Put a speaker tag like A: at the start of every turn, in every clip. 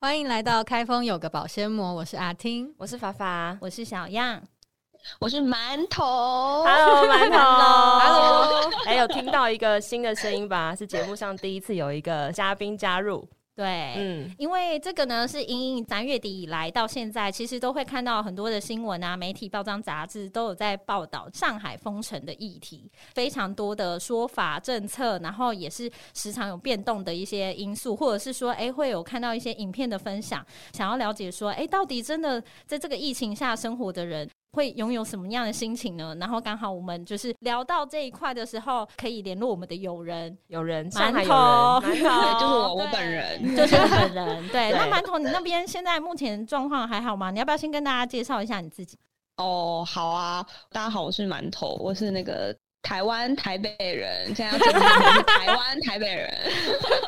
A: 欢迎来到开封有个保鲜膜，我是阿听，
B: 我是法法。
C: 我是小样，
D: 我是馒头。
B: Hello，馒头
C: Hello
B: 哎，有听到一个新的声音吧？是节目上第一次有一个嘉宾加入。
D: 哎
C: 对。
B: 嗯，
C: 因为这个呢，是因应三月底以来到现在，其实都会看到很多的新闻啊，媒体、报章、杂志都有在报道上海封城的议题，非常多的说法、政策，然后也是时常有变动的一些因素，或者是说，哎，会有看到一些影片的分享，想要了解说，哎，到底真的在这个疫情下生活的人。会拥有什么样的心情呢？然后刚好我们就是聊到这一块的时候，可以联络我们的友人，
B: 有人，上海有
C: 馒头，
B: 人，
D: 对，
C: 馒
D: 就是我，我
C: 对
D: 本人。
C: 就是日本 人。
B: 对
C: 对，那馒头，你那边现在目前状况还好吗？你要不要先跟大家介绍一下你自己？
D: 哦，好啊，大家好，我是馒头，我是那个台湾台北人，现在要证明我是台湾台北人。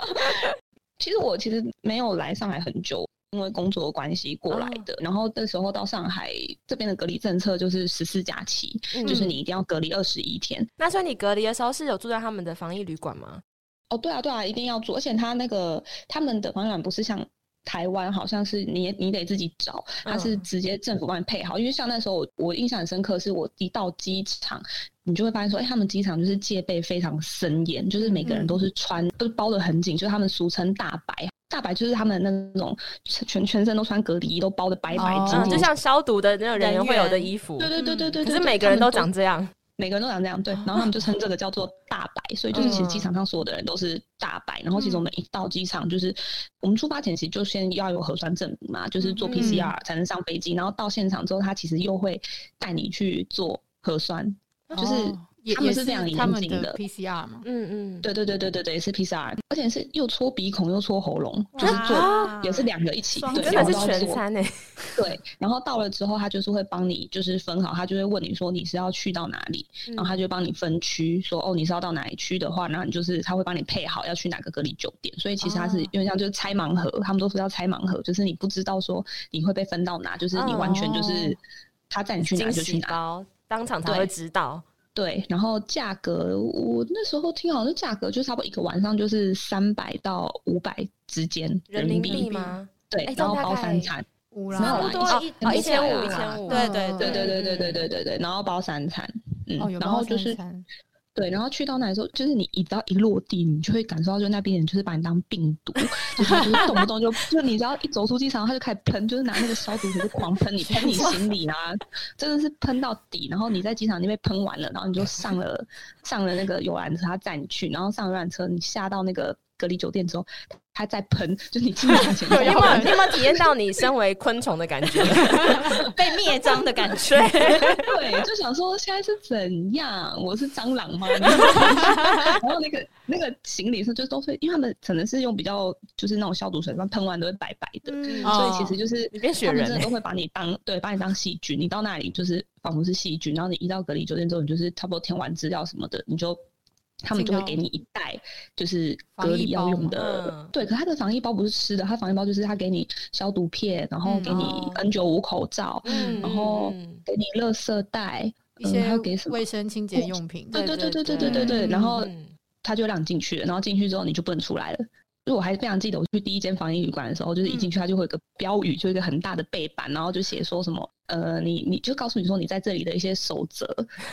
D: 其实我其实没有来上海很久，因为工作的关系过来的。然后那时候到上海这边的隔离政策就是十四假期，
B: 嗯
D: 就是你一定要隔离二十一天。
B: 那所以你隔离的时候是有住在他们的防疫旅馆吗？
D: 哦，对啊，对啊，一定要做，而且他那个他们的房管不是像台湾，好像是你你得自己找，他是
B: 嗯
D: 直接政府帮你配好。因为像那时候我我印象很深刻，是我一到机场，你就会发现说，哎、他们机场就是戒备非常森严，就是每个人都
B: 嗯
D: 是穿、都是包得很紧，就是他们俗称大白。大白就是他们那种全全身都穿隔离衣，都包得白白
A: 哦
D: 净
B: 嗯，
D: 净。
B: 就像消毒的那个人员
C: 人员
B: 会有的衣服
D: 对。对对对对对，
B: 可是
D: 对
B: 每个
D: 他
B: 人
D: 们
B: 都长这样，
D: 每个人都长这样，对，然后他们就称这个叫做大白，所以就是其实机场上所有的人都是大白。然后其实我们一到机场，就是我们出发前其实就先要有核酸证明嘛，就是做
C: 嗯
D: PCR 才能上飞机。然后到现场之后，他其实又会带你去做核酸，就是
A: 哦也
D: 他们
A: 也
D: 是
A: 是
D: 非常
A: 他
D: 严
A: 们
D: 谨
A: 的
D: 的
A: PCR 嘛，
B: 嗯嗯，
D: 对对对对对对是 PCR，而且是又戳鼻孔又戳喉咙，就是
C: 哇
D: 做。也是两个一起，
C: 双
D: 对，
B: 真
D: 两
B: 的
D: 个
B: 是
D: 都要
B: 全
D: 做
B: 餐欸诶。
D: 对，然后到了之后，他就是会帮你，就是分好，他就会问你说你是要去到哪里，然哦后他就帮你分区，说哦你是要到哪一区的话，然后你就是他会帮你配好要去哪个隔离酒店，所以其实他是
C: 哦
D: 有点像就是拆盲盒，他们都说叫拆盲盒，就是你不知道说你会被分到哪，就是你完全就是
A: 哦
D: 他带你去哪
B: 惊
D: 就去
B: 喜
D: 哪。
B: 包，当场才
D: 对
B: 会知道。
D: 对，然后价格我那时候听好像价格就差不多一个晚上就是三百到五百之间
B: 人民
D: 民
B: 币吗？
D: 对
B: 哎，
D: 然后
B: 这样大
D: 包三
B: 概
D: 餐。
A: 五啦，
D: 没有啦
C: 差不多
B: 哦
C: 一
B: 哦，一
D: 一
B: 千
D: 千
B: 五，
D: 五啊
B: 一
D: 啦
B: 千五，
A: 对对
D: 嗯对对对对对
B: 嗯
D: 对对对，然后包三餐，嗯，
A: 哦，有
D: 然
A: 包
D: 后就
A: 三
D: 是
A: 餐
D: 对，然后去到那里之后，就是你一到一落地，你就会感受到，就那边人就是把你当病毒，就是就是动 不动就就你只要一走出机场，他就开始喷，就是拿那个消毒水就狂 喷你，喷你行李啊，真的是喷到底。然后你在机场那边喷完了，然后你就上了上了那个游览车，他载你去，然后上游览车你下到那个隔离酒店之后，他再喷，就你进去
B: 你
D: 前
B: 有
D: 再
B: 没有
D: 喷
B: 你。有没有体验到你身为昆虫的感 觉？
C: 被灭蟑的感觉。
D: 对，就想说现在是怎样？我是蟑螂吗？然后那个那个行李是就都是，因为他们可能是用比较就是那种消毒水，然后喷完都会白白的，
C: 嗯
A: 哦
D: 所以其实就是
B: 你变雪
D: 他们
B: 人
D: 真的
B: 欸
D: 都会把你当对，把你当细菌，你到那里就是仿佛是细菌，然后你一到隔离酒店之后，你就是差不多填完资料什么的，你就。他们就会
A: 进到
D: 给你一袋，就是
A: 防
D: 隔
A: 疫
D: 离要
A: 包
D: 用
A: 嘛
D: 的，
B: 嗯
D: 对。可他的防疫包不是吃的，他防疫包就是他给你消毒片，然后
A: 嗯
D: 给你
C: 哦
D: N 九五口罩，
A: 嗯
D: 然后
B: 嗯
D: 给你垃圾袋，
A: 一些
D: 嗯、还有给什么？哦
A: 卫生清洁用品，
D: 对对对对对对对
B: 嗯
D: 对，然后他就让你进去了，然后进去之后你就不能出来了。因为我还非常记得我去第一间防疫旅馆的时候，就是一
B: 嗯
D: 进去它就会有一个标语，就一个很大的背板，然后就写说什么呃，你你就告诉你说你在这里的一些守则，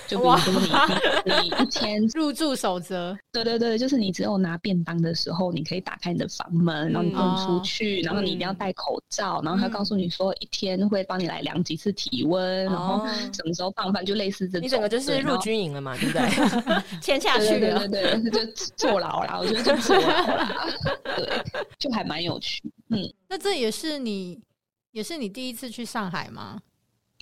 D: 就比如说你你你一天
A: 入住守则，
D: 对对对，就是你只有拿便当的时候，你可以打开你的房门，然后你不能
B: 嗯
D: 出去，然后你一定要戴口罩，
B: 哦
D: 然后他告诉你说一天会帮你来量几次体温，然后
B: 哦
D: 什么时候放饭，就类似这种。
B: 你整个就是
D: 哦对
B: 入。军营了嘛，对不对？
C: 签下
D: 然后对
C: 去
D: 对
C: 了
D: 对。对对，就坐牢啦，我觉得就坐牢啦，对，就还蛮有趣。
A: 那这也是你也是你第一次去上海吗？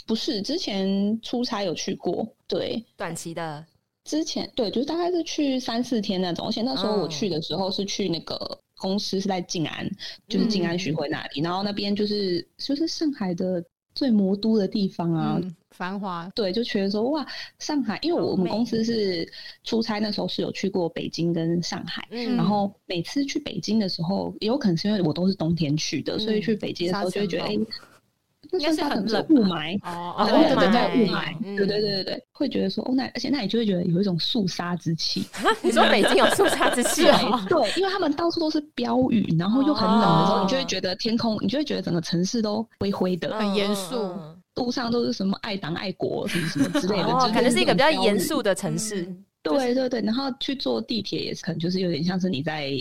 D: 不是之前出差有去过，对，
B: 短期的，
D: 之前对，就是大概是去三四天那种，而且那时候我
B: 嗯
D: 去的时候是去那个公司是在静安，就是静安徐汇那里，然后那边就是就是上海的最魔都的地方啊。
A: 嗯，繁华
D: 对，就觉得说哇，上海，因为我
B: 好
D: 我们
B: 美
D: 公司是出差，那时候是有去过北京跟上海，
B: 嗯
D: 然后每次去北京的时候，也有可能是因为我都是冬天去的，所以
B: 嗯
D: 去北京的时候就会觉得，
A: 沙
D: 哎、
A: 尘
D: 那
C: 应该
D: 算
C: 是
D: 它可
C: 很
D: 能是
C: 冷
D: 雾
C: 吧
D: 霾，
A: 哦
D: 哦，
B: 雾
D: 对对
B: 霾
D: 对，雾霾，
B: 嗯
D: 对对对对对，会觉得说，哦，那而且那你就会觉得有一种肃杀之气，哎
B: 你说北京有肃杀之 气哦，
D: 对，因为他们到处都是标语，然后又很冷的时候，
B: 哦
D: 你就会觉得天空，你就会觉得整个城市都灰灰的，
A: 很严
B: 嗯
A: 肃
B: 嗯
D: 路上都是什么爱党爱国什么什么之类
B: 嗯
D: 的，
B: 哦
D: 就，
B: 感觉是一个比较严肃
D: 的。
B: 的城市，
A: 嗯
D: 对对对，然后去坐地铁也是，可能就是有点像是你在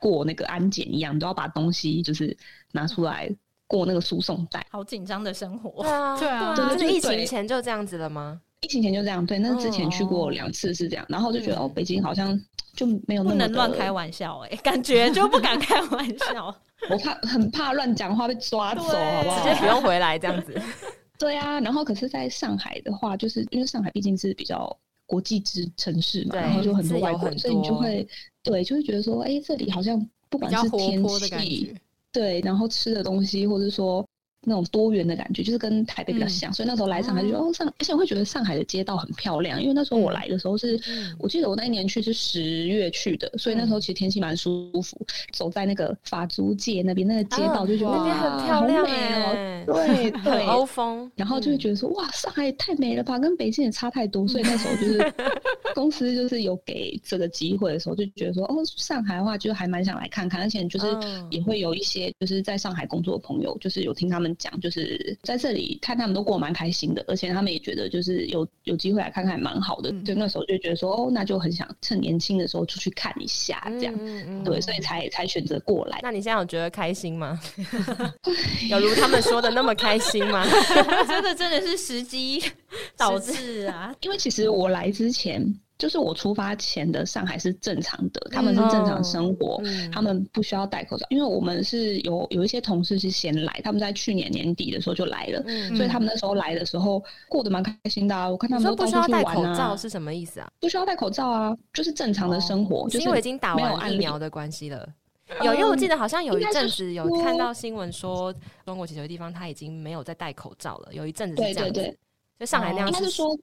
D: 过那个安检一样，你都要把东西就是拿出来过那个输送带。
C: 好紧张的生活
B: 对。啊，
A: 对啊
D: 对对
B: 这是
D: 对
B: 疫情
D: 对
B: 前就这样子了吗？
D: 疫情前就这样，对，那之前去
B: 哦
D: 过两次是这样，然后就觉得、
B: 嗯
D: 哦，北京好像就没有那
C: 不
D: 么
C: 能
D: 的
C: 乱开，玩笑哎、感觉就不敢开玩笑。
D: 我怕很怕乱讲话被抓走，
C: 对
D: 好不
B: 直接
D: 好？
B: 不用回来这样子，
D: 对啊，然后可是在上海的话，就是因为上海毕竟是比较。国际之城市嘛，
B: 对
D: 然后就很多
B: 自由
D: 外国
B: 很
D: 人，所以你就
B: 多
D: 会对，就会觉得说，哎、这里好像不
A: 比
D: 管
A: 较
D: 是
A: 活
D: 天
A: 泼的感
D: 气
A: 觉，
D: 对，然后吃的东西，或者说那种多元的感觉，就是跟台北比较
A: 嗯
D: 像。所以那时候来上海就觉得，哦，上，而且我会觉得上海的街道很漂亮，因为那时候我
B: 嗯
D: 来的时候是，
B: 嗯
D: 我记得我那一年去是十月去的，所以那时候
B: 嗯
D: 其实天气蛮舒服。走在那个法租界那边那个街
B: 啊
D: 道，就觉得、
A: 哇
B: 那
D: 哇，
B: 边很漂
D: 好
B: 亮
D: 美哦。
B: 哎，
D: 对
B: 很欧
D: 对，
B: 风，
D: 然后就会觉得说，
B: 嗯
D: 哇，上海也太美了吧，跟北京也差太多。所以那时候就是 公司就是有给这个机会的时候，就觉得说，哦，上海的话就还蛮想来看看，而且就是
B: 嗯
D: 也会有一些就是在上海工作的朋友，就是有听他们讲，就是在这里看他们都过得蛮开心的，而且他们也觉得就是有有机会来看看蛮好的，
A: 嗯
D: 就那时候就觉得说哦，那就很想趁年轻的时候出去看一下这样，
B: 嗯
D: 对，所以才才选择过来。
B: 那你现在有觉得开心 吗？有如他们说的那么开心吗？
C: 这个真的是时 机导致啊，
D: 因为其实我来之前，就是我出发前的上海是正常的，他们是正常生活，
B: 嗯
D: 他们不需要戴口罩，因为我们是有有一些同事是先来，他们在去年年底的时候就来了，
B: 嗯
D: 所以他们那时候来的时候过得蛮开心的、啊。我看他
B: 你
D: 们
B: 说
D: 都
B: 不
D: 到
B: 需要
D: 处去
B: 戴
D: 玩
B: 口罩
D: 啊，
B: 是什么意思啊？
D: 不需要戴口罩啊，就是正常的生活，就是
B: 哦
D: 是
B: 因为已经打
D: 没有
B: 完
D: 案
B: 疫
D: 例
B: 苗的关系 了。有，因为我记得好像有一
D: 嗯应该
B: 阵
D: 是
B: 子有
D: 说
B: 看到新闻说，中国其实有些地方他已经没有在戴口罩了，有一阵子是
D: 对
B: 这样
D: 对
B: 子。
D: 对，
B: 就上海那
A: 哦
B: 样
D: 应该是说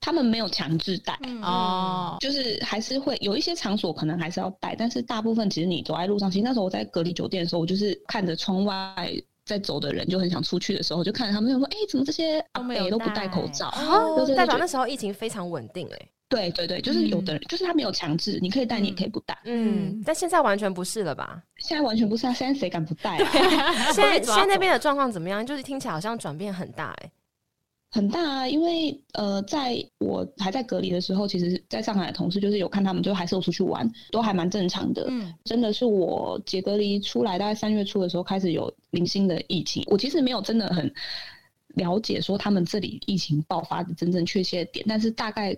D: 他们没有强制戴。
C: 嗯
A: 哦，
D: 就是还是会有一些场所可能还是要戴，但是大部分其实你走在路上，其实那时候我在隔离酒店的时候，我就是看着窗外在走的人，就很想出去的时候，就看着他们就说：“哎、怎么这些阿
C: 都没有
D: 北都不
C: 戴
D: 戴口罩？”
B: 哦
D: 对对
B: 代
D: 对
B: 表那
D: 就
B: 时候疫情非常稳定哎、欸。
D: 对对对，就是有的
C: 嗯
D: 人、就是他没有强制，你可以戴，你也
A: 嗯
D: 可以不戴。
B: 嗯
A: 嗯，
B: 但现在完全不是了 吧？
D: 现在完全不是啊，现在谁敢不戴啊？
B: 现在
C: 被抓
B: 现在那边的状况怎么样？就是听起来好像转变很大哎、
D: 很大啊，因为呃，在我还在隔离的时候，其实在上海的同事就是有看他们，就还是有出去玩，都还蛮正常的。
A: 嗯，
D: 真的是我解隔离出来，大概三月初的时候开始有零星的疫情。我其实没有真的很了解说他们这里疫情爆发的真正确切点，但是大概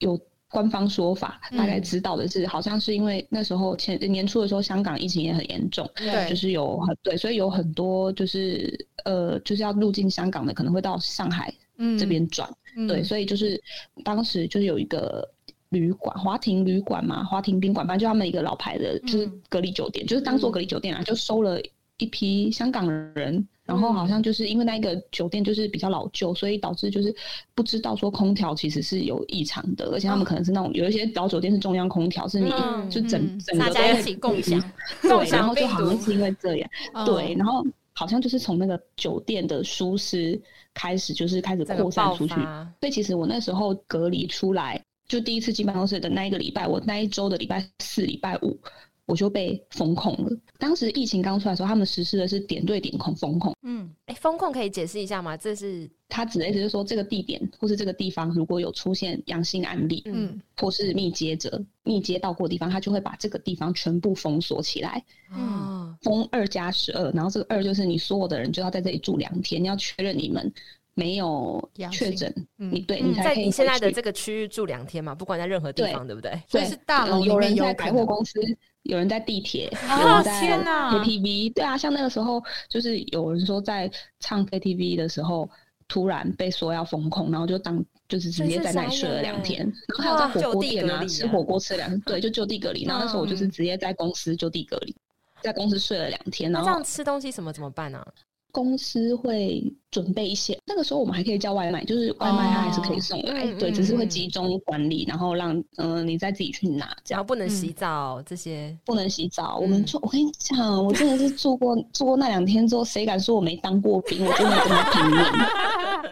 D: 有官方说法，
A: 嗯
D: 大概知道的是，好像是因为那时候前年初的时候，香港疫情也很严重，就
A: 对，
D: 是有很对，所以有很多就是呃，就是要入境香港的，可能会到上海
A: 嗯
D: 这边转。
B: 嗯
D: 对，所以就是当时就是有一个旅馆，华亭旅馆嘛，华亭宾馆，反正就他们一个老牌的，就是
C: 嗯
D: 隔离酒店，就是当做隔离酒
B: 嗯
D: 店啊，就收了一批香港人。然后好
B: 嗯
D: 像就是因为那个酒店就是比较老旧，所以导致就是不知道说空调其实是有异常的，而且他们可能是那种有一些老酒店是中央空调，是你
B: 嗯
D: 就整、
A: 嗯
D: 整个
C: 大
D: 都
C: 家
D: 在
C: 一起共享，
B: 共
D: 对，
B: 享
D: 然后就
B: 病
D: 好像
B: 毒哦
D: 是因为这样。
A: 嗯
D: 对，，然后好像就是从那个酒店的疏失开始，就是开始
B: 整个
D: 扩散
B: 爆
D: 出去。
B: 发。
D: 所以其实我那时候隔离出来，就第一次进办公室的那一个礼拜，我那一周的礼拜四、礼拜五。我就被封控了。当时疫情刚出来的时候，他们实施的是点对点控封控，
C: 嗯，
B: 哎、风控可以解释一下吗？这是
D: 它指的意思就是说，这个地点或是这个地方如果有出现阳性案例，
B: 嗯
A: 嗯
D: 或是密接者、密接到过的地方，它就会把这个地方全部封锁起来。
B: 哦，
D: 封二加十二，然后这个二就是你所有的人就要在这里住两天，你要确认你们没有
A: 阳性
D: 确诊，
A: 嗯
D: 你对、
A: 嗯
D: 你才
B: 在
D: 可以
B: 你现在的
D: 回去
B: 这个区域住两天嘛，不管在任何地
D: 对
B: 方，对不对？
A: 所以
D: 对
A: 是大楼
D: 呃
A: 里
D: 有人
A: 面有
D: 在
A: 可
D: 百
A: 能
D: 货公司，有人在地铁，有
A: 啊
D: 人在
A: 天哪
D: KTV，对啊，像那个时候就是有人说在唱 KTV 的时候。突然被说要封控，然后就当就是直接在那里睡了两天，然后还有在火锅店
B: 哇就地隔
D: 啊
B: 离啊
D: 吃火锅吃了两天，对，就就地隔离。然后那时候我就是直接在公司就地隔离，在公司睡了两天，
B: 那
D: 然
B: 这
D: 后
B: 样吃东西什么怎么办呢、啊
D: 公司会准备一些，那个时候我们还可以叫外卖，就是外卖它还是可以送
B: 哦
D: 来，
B: 嗯
D: 对，
B: 嗯
D: 只是会
B: 嗯
D: 集中管理，然后让嗯、呃你再自己去拿这
B: 然后
D: 样。
B: 不能洗澡这些，
D: 不能洗澡，我
B: 嗯
D: 们做。我跟你讲，我真的是做过做过那两天之后，谁敢说我没当过兵？我真的这么拼命。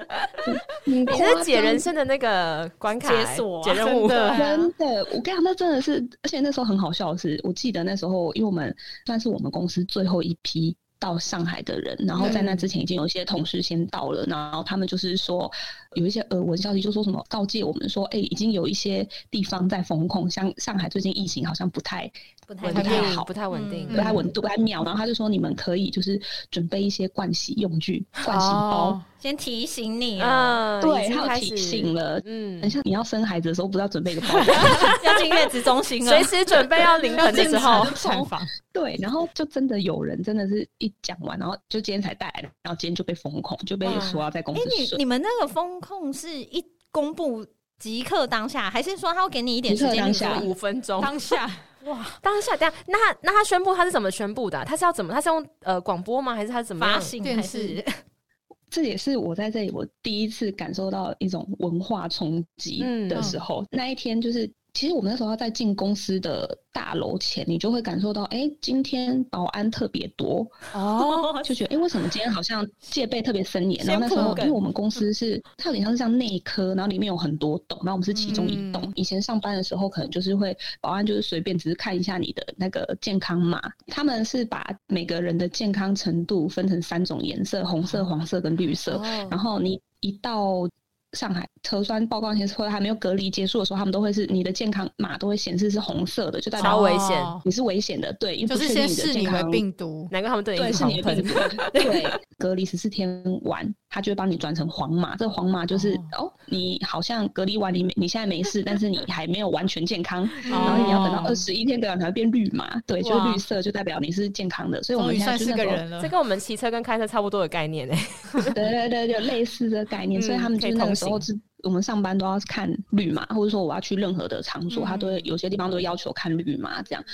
D: 你
B: 你是解人生的那个关卡、欸
C: 解锁啊
B: 解 任务，
C: 真
A: 哦
C: 的
D: 真的，我跟你讲，那真的是，而且那时候很好笑的是，我记得那时候，因为我们算是我们公司最后一批到上海的人，然后在
B: 嗯
D: 那之前已经有一些同事先到了，然后他们就是说有一些耳闻消息，就说什么告诫我们说，哎、已经有一些地方在风控，像上海最近疫情好像不太
C: 不太
B: 稳
D: 不太
B: 定
D: 好
B: 不太稳定，
A: 嗯
D: 不太稳度不太妙，然后他就说你们可以就是准备一些盥洗用具、盥洗包，
A: 哦，
C: 先提醒你
B: 嗯，
C: 啊，
B: 已
D: 对，
B: 经
D: 他
B: 开
D: 有提
B: 始
D: 醒，了。等
B: 嗯
D: 一，下你要生孩子的时候，不知道准备一个包 包。
C: 要进月子中心了
B: 随。时准备 要临盆的时候
D: 要，进
A: 产房，
D: 对，然后就真的有人真的是一讲完，然后就今天才带来的，然后今天就被封控，就被
B: 哇
D: 说要在公
C: 哎、
D: 司
C: 你
D: 睡。
C: 你们那个风控是一公布即刻当下，还是说他会给你一点
D: 即
C: 时
D: 刻
C: 间？
D: 当下
C: 你说
B: 五分钟，
A: 当下
B: 当下，等下，那他那他宣布他是怎么宣布的啊、他是要怎么？他是用呃广播吗？还是他是怎么
C: 发
B: 样？
C: 信
A: 电
C: 还
A: 视
C: 是
D: 这也是我在这里我第一次感受到一种文化冲击
B: 嗯
D: 的时候。那一天就是，其实我们那时候要在进公司的大楼前，你就会感受到，哎，今天保安特别多，
A: 哦，
D: 就觉得哎、诶为什么今天好像戒备特别森严？然后那
C: 先
D: 时
C: 铺
D: 候因
C: 梗
D: 为我们公司是它有点像是像内科，然后里面有很多栋，然后我们是其中一栋。
A: 嗯
D: 以前上班的时候，可能就是会保安就是随便只是看一下你的那个健康码，他们是把每个人的健康程度分成三种颜色：红色、黄色跟绿色。
B: 哦
D: 然后你一到上海核酸报告那些或者还没有隔离结束的时候，他们都会是你的健康码都会显示是红色的，就代
B: 超
D: 表
B: 危险
A: 哦
D: 你是危险的，对，因为
A: 就
D: 不
A: 是
D: 确
A: 先
D: 定你的
A: 视
D: 健
A: 你为
D: 康
A: 病毒，
B: 难怪他们对
D: 对，
B: 你
D: 是你的病
B: 喷
D: 毒。 对，隔离十四天完，他就会帮你转成黄码。这个黄码就是哦你好像隔离完，你没你现在没事，但是你还没有完全健康，然后你要等到
B: 哦
D: 二十一天隔啊完才会变绿码。对，就
A: 哇
D: 绿色就代表你是健康的。所以我
A: 终
D: 们
A: 于
D: 现在
A: 算
D: 就是
A: 是
D: 那
A: 个
D: 种
A: 人了。
B: 这跟我们骑车跟开车差不多的概 念哎、
D: 对 对对，有类似的概念。所以
B: 嗯
D: 他们
B: 可
D: 就
B: 以
D: 是那
B: 同
D: 个时候
B: 行
D: 是。我们上班都要看绿码，或者说我要去任何的场所，他都会有些地方都会要求看绿码，这样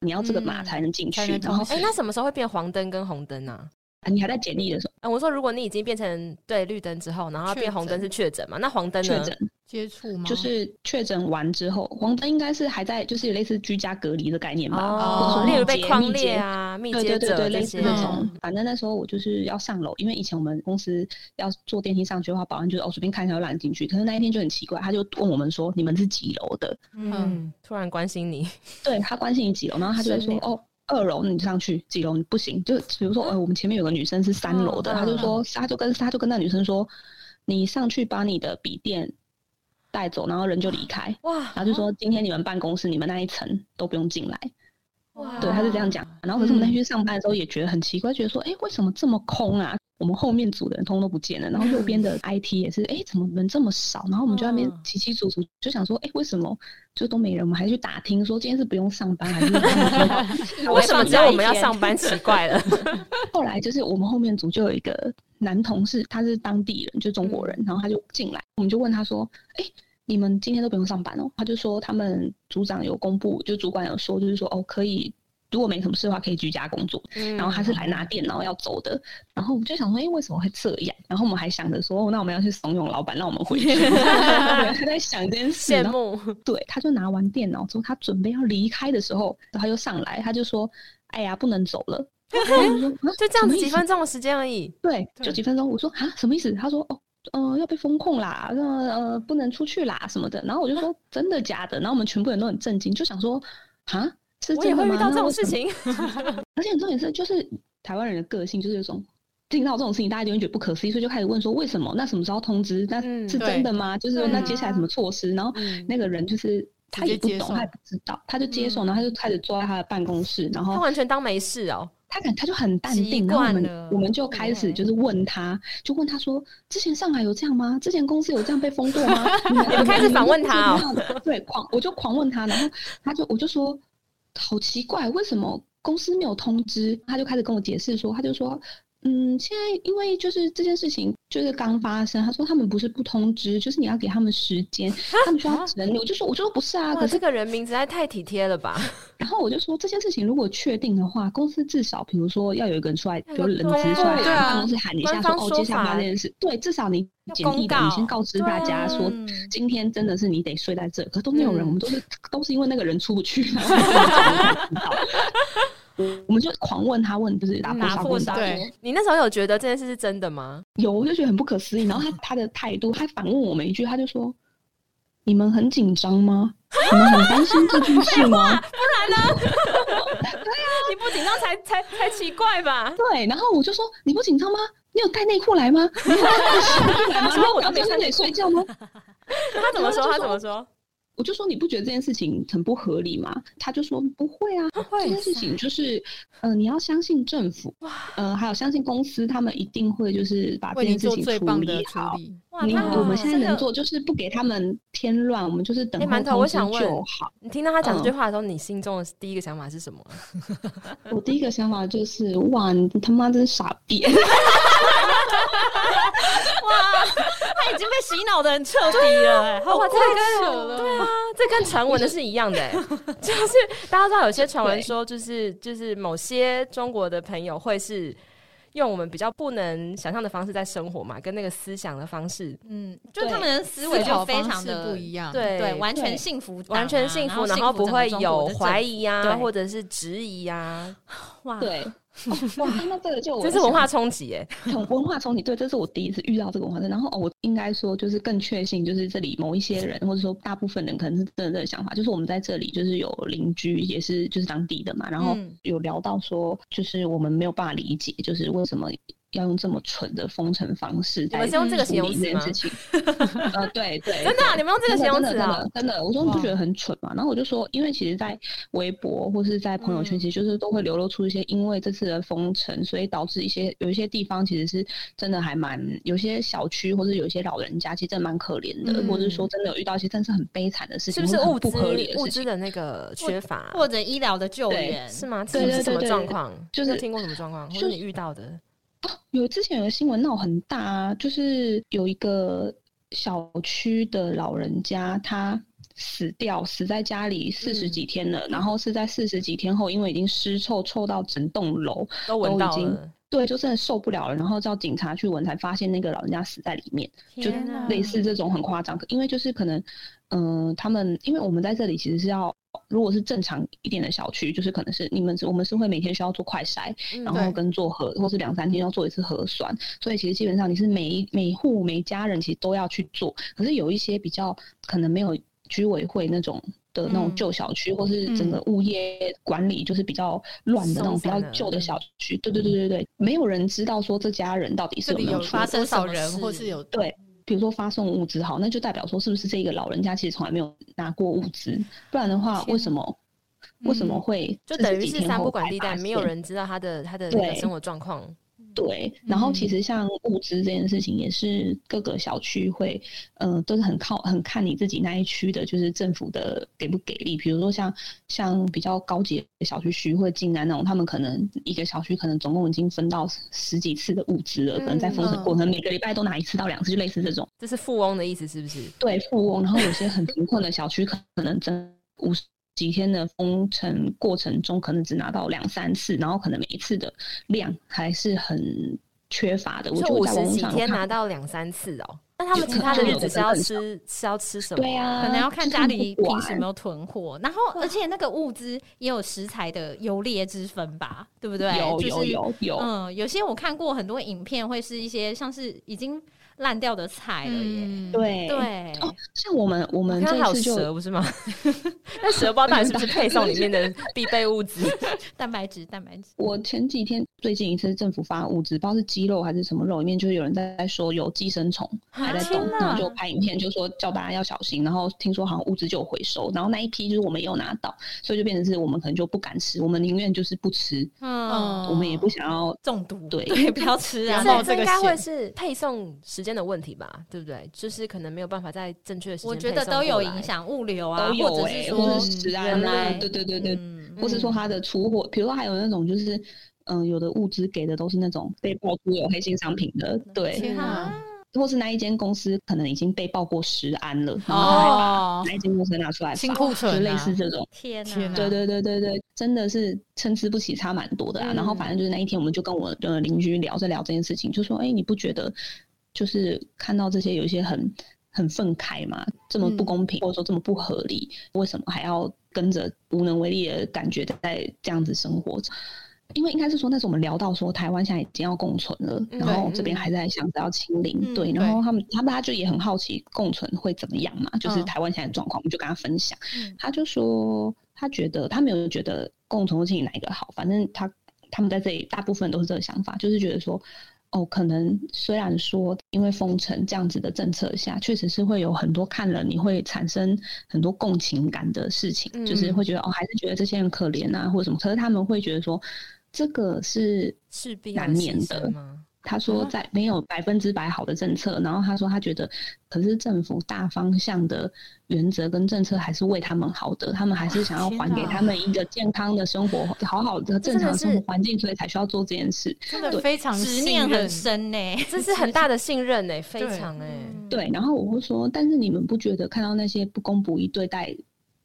D: 你要这个码
A: 嗯
D: 才能进去
A: 才。能
D: 然后
A: 通
B: 哎、那什么时候会变黄灯跟红灯啊？
D: 你还在简历的时候
B: 啊，我说如果你已经变成对绿灯之后，然后它
A: 确
B: 变红灯
A: 诊
B: 是确诊嘛？那黄灯
D: 确
B: 呢
D: 诊？，
A: 接触吗？
D: 就是确诊完之后，黄灯应该是还在，就是有类似居家隔离的概念吧。
B: 哦
A: 或者说，
B: 例如
D: 密
B: 被
D: 接
B: 框
D: 密
B: 列
D: 接
B: 啊、密
D: 对
B: 接
D: 对对
B: 者
D: 对，
B: 这
D: 类似
B: 些，
D: 那
A: 嗯
D: 种。反正那时候我就是要上楼，因为以前我们公司要坐电梯上去的话，保安就是哦随便看一下就让你进去。可是那一天就很奇怪，他就问我们说你们是几楼的？
B: 嗯，突然关心 你，
D: 对他关心你几楼，然后他就会
B: 是
D: 说哦。二楼你上去，几楼你不行。就比如说，呃，我们前面有个女生是三楼的，
B: 嗯
D: 他就说，他就跟他就跟那女生说，你上去把你的笔电带走，然后人就离开。
B: 哇
D: 然后就说今天你们办公室你们那一层都不用进来，
B: 哇，
D: 对，他是这样讲。
B: 啊
D: 然后可是
B: 嗯
D: 我们那天去上班的时候也觉得很奇怪，觉得说，哎，为什么这么空啊？我们后面组的人通通都不见了，然后右边的 IT 也是，哎，怎么人这么少？然后我们就在那边
B: 嗯
D: 起起楚楚，就想说，哎，为什么就都没人？我们还去打听说今天是不用上班还是 他
B: 为什么只有我们要
C: 放假一天
B: 上班？奇怪 了，
D: 后来就是我们后面组就有一个男同事，他是当地人，就中国
B: 嗯
D: 人，然后他就进来，我们就问他说：“哎、你们今天都不用上班哦？”他就说他们组长有公布，就主管有说，就是说哦可以。如果没什么事的话，可以居家工作。然后他是来拿电脑要走的，然后我们就想说，哎、为什么会这样？然后我们还想着说，哦那我们要去怂恿老板让我们回去。 对他在想这件 事，
B: 羡
D: 然后
B: 慕，
D: 对，他就拿完电脑之后，他准备要离开的时候，他又上来，他就说：“哎呀，不能走 了。”然后我就说啊
B: 就这样
D: 什么
B: 子
D: 意
B: 几
D: 思
B: 分钟的时间而已，
D: 对，
A: 对
D: 就几分钟。我说啊，什么意思？他说哦，呃，要被封控啦，那呃不能出去啦什么的。然后我就说真的假的？然后我们全部人都很震惊，就想说啊，是
B: 我也
D: 真的
B: 会
D: 吗？
B: 遇到
D: 那
B: 这种
D: 为什
B: 事
D: 么。
B: 情，
D: 而且重点是，就是台湾人的个性就是有种。听到这种事情，大家就会觉得不可思议，所以就开始问说为什么？那什么时候通知？那
B: 嗯
D: 是
A: 对
D: 真的吗？就是
B: 对
D: 说那
B: 啊
D: 接下来什么措施？然后
B: 嗯
D: 那个人就是他
A: 直
D: 也
A: 接
D: 不
A: 接
D: 懂，
A: 受
D: 他也不知道，他就接受，
A: 嗯
D: 然后他就开始坐在他的办公室，然
B: 他
D: 后
B: 完全当没事哦，
D: 他感他就很淡
C: 习
D: 定，然后我
C: 惯
D: 们
C: 了
D: 我们就开始
C: 对
D: 就是问他，就问他说，之前上海有这样吗？之前公司有这样被封过吗？你 们
B: 你们开始访问他哦
D: 你们知道吗对，狂我就狂问他，然后他就我就说，好奇怪，为什么公司没有通知？他就开始跟我解释说，他就说。嗯，现在因为就是这件事情就是刚发生，他说他们不是不通知，就是你要给他们时间，他们需要整理。我就说我就说不是
B: 啊
D: 啊，
B: 哇，
D: 可
B: 这
D: 是
B: 个人名实在太体贴了吧！
D: 然后我就说这件事情如果确定的话，公司至少比如说要有一个人出来，
B: 要
D: 有
B: 有
D: 人
B: 对啊
D: 直出来
A: 对啊
D: 办公室喊一下
B: 官
D: 说
B: 方
D: 哦
B: 说
D: 接下来发
B: 法
D: 生这件事，对，至少你
C: 要
D: 简
C: 公
D: 易的，你
C: 告
D: 先告知
B: 对
D: 大家
B: 啊
D: 说
C: 嗯
D: 今天真的是你得睡在这，可都没有人，
B: 嗯
D: 我们都是都是因为那个人出不去，然后才知道我我们就狂问他问，就是打破
C: 拿
D: 砂
C: 破
D: 锅问
C: 砂
D: 到
C: 锅
D: 底
A: 对
B: 你那时候有觉得这件事是真的吗？
D: 有，我就觉得很不可思议。然后他他的态度，他反问我们一句，他就说：“你们很紧张吗？你们很担心这件事吗
B: 你不紧张才才才奇怪吧？”
D: 对，然后我就说：“你不紧张吗？你有带内裤来吗？你有带睡衣来吗？
B: 说
D: 然后
B: 我
D: 我
B: 都
D: 当
B: 没
D: 天
B: 穿
D: 在
B: 内
D: 里睡觉吗？”
B: 他怎么说？
D: 然
B: 他
D: 后他就
B: 怎么 说？
D: 我就说你不觉得这件事情很不合理吗？他就说不会啊，这件事情就是，呃，你要相信政府，呃，还有相信公司，他们一定会就是把这
A: 为你
D: 件事
A: 做
D: 情
A: 最
D: 处
A: 棒的
D: 理
A: 处
D: 好。
A: 理。
C: 哇，
D: 你
C: 那
D: 我们现在
C: 这
D: 能
C: 个
D: 做就是不给他们添乱，我们就是等
B: 哎
D: 候
B: 馒头我
D: 通知
B: 想问
D: 就好。
B: 你听到他讲这
D: 嗯
B: 句话的时候，你心中的第一个想法是什么？
D: 我第一个想法就是，哇，你他妈真是傻逼！
C: 哇，他已经被洗脑的很彻底了、哎好
B: 哇，这
C: 快
B: 个
C: 手
B: 跟对啊，这跟传闻的是一样的、 欸，就是大家知道有些传闻说，就是就是某些中国的朋友会是用我们比较不能想象的方式在生活嘛，跟那个思想的方式，
A: 嗯，
C: 就他们的思维
A: 思
C: 就
A: 考
C: 非
A: 方
C: 常
A: 式
C: 的
A: 不一样。，
B: 对
C: 嗯对，完全
D: 对
C: 幸福党啊、
B: 完全幸福，然
C: 幸
B: 后不
C: 整个
B: 会
C: 中
B: 有
C: 国的
B: 怀
C: 政
B: 疑啊，
C: 对
B: 或者是质疑啊，
C: 府 哇，
D: 对，哦哇，那这个就我
B: 这是
D: 在
B: 文化
D: 想
B: 冲击哎，
D: 很文化冲击，对，这是我第一次遇到这个文化冲击。然后哦，我应该说就是更确信，就是这里某一些人，或者说大部分人，可能是真的这个想法，就是我们在这里就是有邻居也是就是当地的嘛，然后
C: 嗯
D: 有聊到说，就是我们没有办法理解，就是为什么。要用这么蠢的封城方式
B: 你
D: 来
B: 们是用这个
D: 处
B: 形容
D: 理
B: 词
D: 这件
B: 吗
D: 事情，呃，对对，
B: 真的啊、你们用这个
D: 真的
B: 形容
D: 真
B: 词
D: 的
B: 啊，
D: 真的真的，我说你不觉得很蠢吗？然后我就说，因为其实，在微博或是在朋友
B: 嗯
D: 圈，其实就是都会流露出一些因为这次的封城，所以导致一些有一些地方其实是真的还蛮有些小区或者有一些老人家其实真的蛮可怜的，
B: 嗯
D: 或者是说真的有遇到一些真的是很悲惨的事
B: 是
D: 情，
B: 不是
D: 或者
B: 物
D: 很
B: 资
D: 不合理的
B: 物
D: 事
B: 资
D: 情？
B: 的那个缺乏？
C: 或者医疗的救
D: 对
C: 援
B: 是吗？
D: 对
B: 是
D: 对
B: 是什
D: 对
B: 么
D: 对
B: 状
D: 对
B: 况？
D: 就是
B: 有听过什么状况，或者
D: 就
B: 你遇到的？
D: 有之前有个新闻闹很大啊，就是有一个小区的老人家他。死掉，死在家里四十
B: 嗯
D: 几天了，然后是在四十几天后，因为已经尸臭臭到整栋楼，
B: 都闻
D: 都已
B: 到
D: 经
B: 了，
D: 对，就真的受不了了，然后叫警察去闻，才发现那个老人家死在里面，就
C: 天哪
D: 类似这种很夸张。因为就是可能，嗯、他们因为我们在这里其实是要，如果是正常一点的小区，就是可能是你们是我们是会每天需要做快筛，
B: 嗯
D: 然
A: 对
D: 后跟做核，或是两三天要做一次核酸，所以其实基本上你是每一每一户每一家人其实都要去做。可是有一些比较可能没有居委会那种。的那种
C: 嗯
D: 旧小区，或是整
A: 嗯
D: 个物业管理就是比较乱的那种
B: 松
D: 比较
B: 散的嗯
D: 旧的小区，对对对对对，没有人知道说这家人到底
A: 这
D: 是有
A: 里
D: 没
A: 有
D: 出
A: 发
D: 过
A: 生多
C: 多少
A: 少人，
C: 事
A: 或是有
D: 对，比如说发送物资好，那就代表说是不是这个老人家其实从来没有拿过物资，不然的话
C: 天
D: 为什么为什么会
B: 嗯就
D: 40
B: 等于
D: 几
B: 是
D: 天
B: 三
D: 后
B: 不管
D: 才
B: 地
D: 发
B: 带，没有
D: 现
B: 人知道他的他的那个
D: 对
B: 生活状况。
D: 对，然后其
A: 嗯
D: 实像物资这件事情，也是各个小区会，呃，都是很靠很看你自己那一区的，就是政府的给不给力。比如说像像比较高级的小区，徐汇、静安那种，他们可能一个小区可能总共已经分到十十几次的物资了，可能在
B: 嗯
D: 封
A: 嗯
D: 城过程，每个礼拜都拿一次到两次，就类似这种。
B: 这是富翁的意思是不是？
D: 对富翁，然后有些很贫困的小区，可能真五十几天的封城过程中，可能只拿到两三次，然后可能每一次的量还是很缺乏的。我
B: 就
D: 就
B: 五
D: 在
B: 十
D: 网络
B: 几
D: 上
B: 天
D: 看
B: 拿到两三次哦。那他们
D: 就
B: 其他的
D: 就
B: 日
D: 有
B: 子
D: 的
B: 是
D: 真
B: 要
D: 的很
B: 吃是要吃什么？
D: 对
B: 呀，
D: 啊，
C: 可能要看
D: 就是
C: 家里
D: 不
C: 平时有
D: 管
C: 没有囤货，然后而且那个物资也有食材的优劣之分吧，对不对？
D: 有
C: 就是
D: 有有有，
C: 嗯，有些我看过很多影片，会是一些像是已经烂掉的菜了耶。
A: 嗯，
D: 对。
C: 对，
D: 哦，像我们我
B: 我
D: 们
B: 看到还有
D: 这次就
B: 蛇不是吗？ 那蛇包到底是不 是配送里面的必备物资？
C: 蛋白质，蛋白质，
D: 我前几天最近一次政府发物资，不知道是鸡肉还是什么肉，里面就是有人在说有寄生虫还在动
C: 啊天，
D: 然后就
C: 哪
D: 拍影片就说叫大家要小心，然后听说好像物资就有回收，然后那一批就是我们也有拿到，所以就变成是我们可能就不敢吃，我们宁愿就是不吃，
C: 嗯，
D: 我们也不想要。
C: 中毒，
D: 对
C: 对，不要吃啊
A: 不要，冒
B: 这
A: 这
B: 这
A: 个
B: 应该会
A: 险
B: 是配送时间的问题吧？对不对？就是可能没有办法在正确的时间。
C: 我觉得都有影。响，物流啊，
D: 都有
C: 或者
D: 欸
C: 是
D: 或
C: 说
D: 是食
C: 原
D: 安
C: 来
D: 啊，对对对对，
C: 嗯
D: 或是说它的出货，比如说还有那种就是。嗯、有的物资给的都是那种被爆出有黑心商品的，对，
A: 天哪！
C: 啊
D: 或是那一间公司可能已经被爆过食安了，然后
A: 哦，
D: 那一间公司拿出来
A: 清
D: 罚
A: 库
D: 就
A: 存
D: 类
A: 啊
D: 似这种。
C: 天哪、
A: 天哪
D: 对对对对对，真的是参差不齐，差蛮多的啊。然后反正就是那一天，我们就跟我的邻居聊在聊这件事情，就说：“哎、你不觉得就是看到这些有一些很很愤慨嘛？这么
A: 嗯
D: 不公平，或者说这么不合理，为什么还要跟着无能为力的感觉在这样子生活着？”因为应该是说那时候我们聊到说台湾现在已经要共存了，
B: 嗯
D: 然后
B: 对
D: 这边还在想着要清零，
C: 嗯
D: 对，然后他们他们大家就也很好奇共存会怎么样嘛，就是
A: 嗯
D: 台湾现在的状况，我们就跟他分享。
C: 嗯
D: 他就说他觉得他没有觉得共同经营哪一个好，反正他他们在这里大部分都是这个想法，就是觉得说。哦，可能虽然说因为封城这样子的政策下，确实是会有很多看了你会产生很多共情感的事情，就是
B: 嗯
D: 会觉得哦，还是觉得这些人可怜啊，或者什么。可是他们会觉得说，这个是
B: 势必要
D: 难免
B: 牺
D: 的
B: 牲吗？
D: 他说在没有百分之百好的政策，然后他说他觉得，可是政府大方向的原则跟政策还是为他们好的，他们还是想要还给他们一个健康的生活，好好的正常的生活环境，所以才需要做这件事。
A: 真的非常
C: 执
A: 信
C: 念很
A: 任
C: 深呢、嗯
B: 这是很大的信任呢、非
A: 对
B: 常哎、
D: 对，然后我会说，但是你们不觉得看到那些不公不义对待，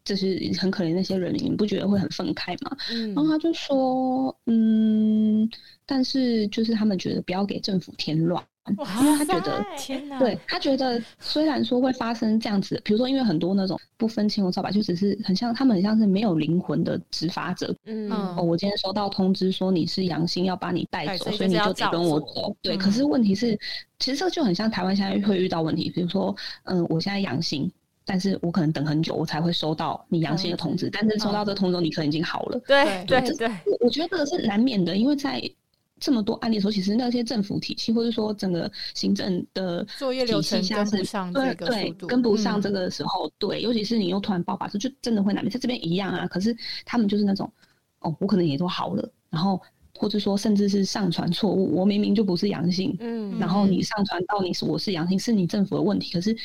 D: 就是很可怜那些人民，你们不觉得会很愤慨吗？然后
B: 嗯，
D: 他就说，嗯，但是就是他们觉得不要给政府添乱，因为他觉得。
A: 天哪！
D: 对他觉得，虽然说会发生这样子，比如说因为很多那种不分青红皂白，就只是很像他们很像是没有灵魂的执法者。
B: 嗯
A: 嗯
D: 哦，我今天收到通知说你是阳性，要把你带
B: 带
D: 走，
B: 走
D: 所以你
B: 就是
D: 就
B: 要
D: 得
B: 照
D: 跟我
B: 做
D: 走。对，
C: 嗯
D: 可是问题是，其实这就很像台湾现在会遇到问题，比如说，嗯、我现在阳性。但是我可能等很久，我才会收到你阳性的通知。但是收到这通知之后，你可能已经好了。
B: 对
A: 对
B: 对对，
D: 我我觉得这个是难免的，因为在这么多案例的时候，其实那些政府体系或者说整个行政的
A: 作业流
D: 体系
A: 程
D: 下
A: 跟
D: 是
A: 不上
D: 对
A: 这个速
D: 对
A: 度，
D: 跟不上
A: 嗯
D: 这个时候，对，尤其是你又突然爆发出，就真的会难免。在这边一样啊，可是他们就是那种，哦，我可能也都好了，然后或者说甚至是上传错误，我明明就不是阳性，
B: 嗯
D: 然后你上传到你是我是阳性，是你政府的问题，可是。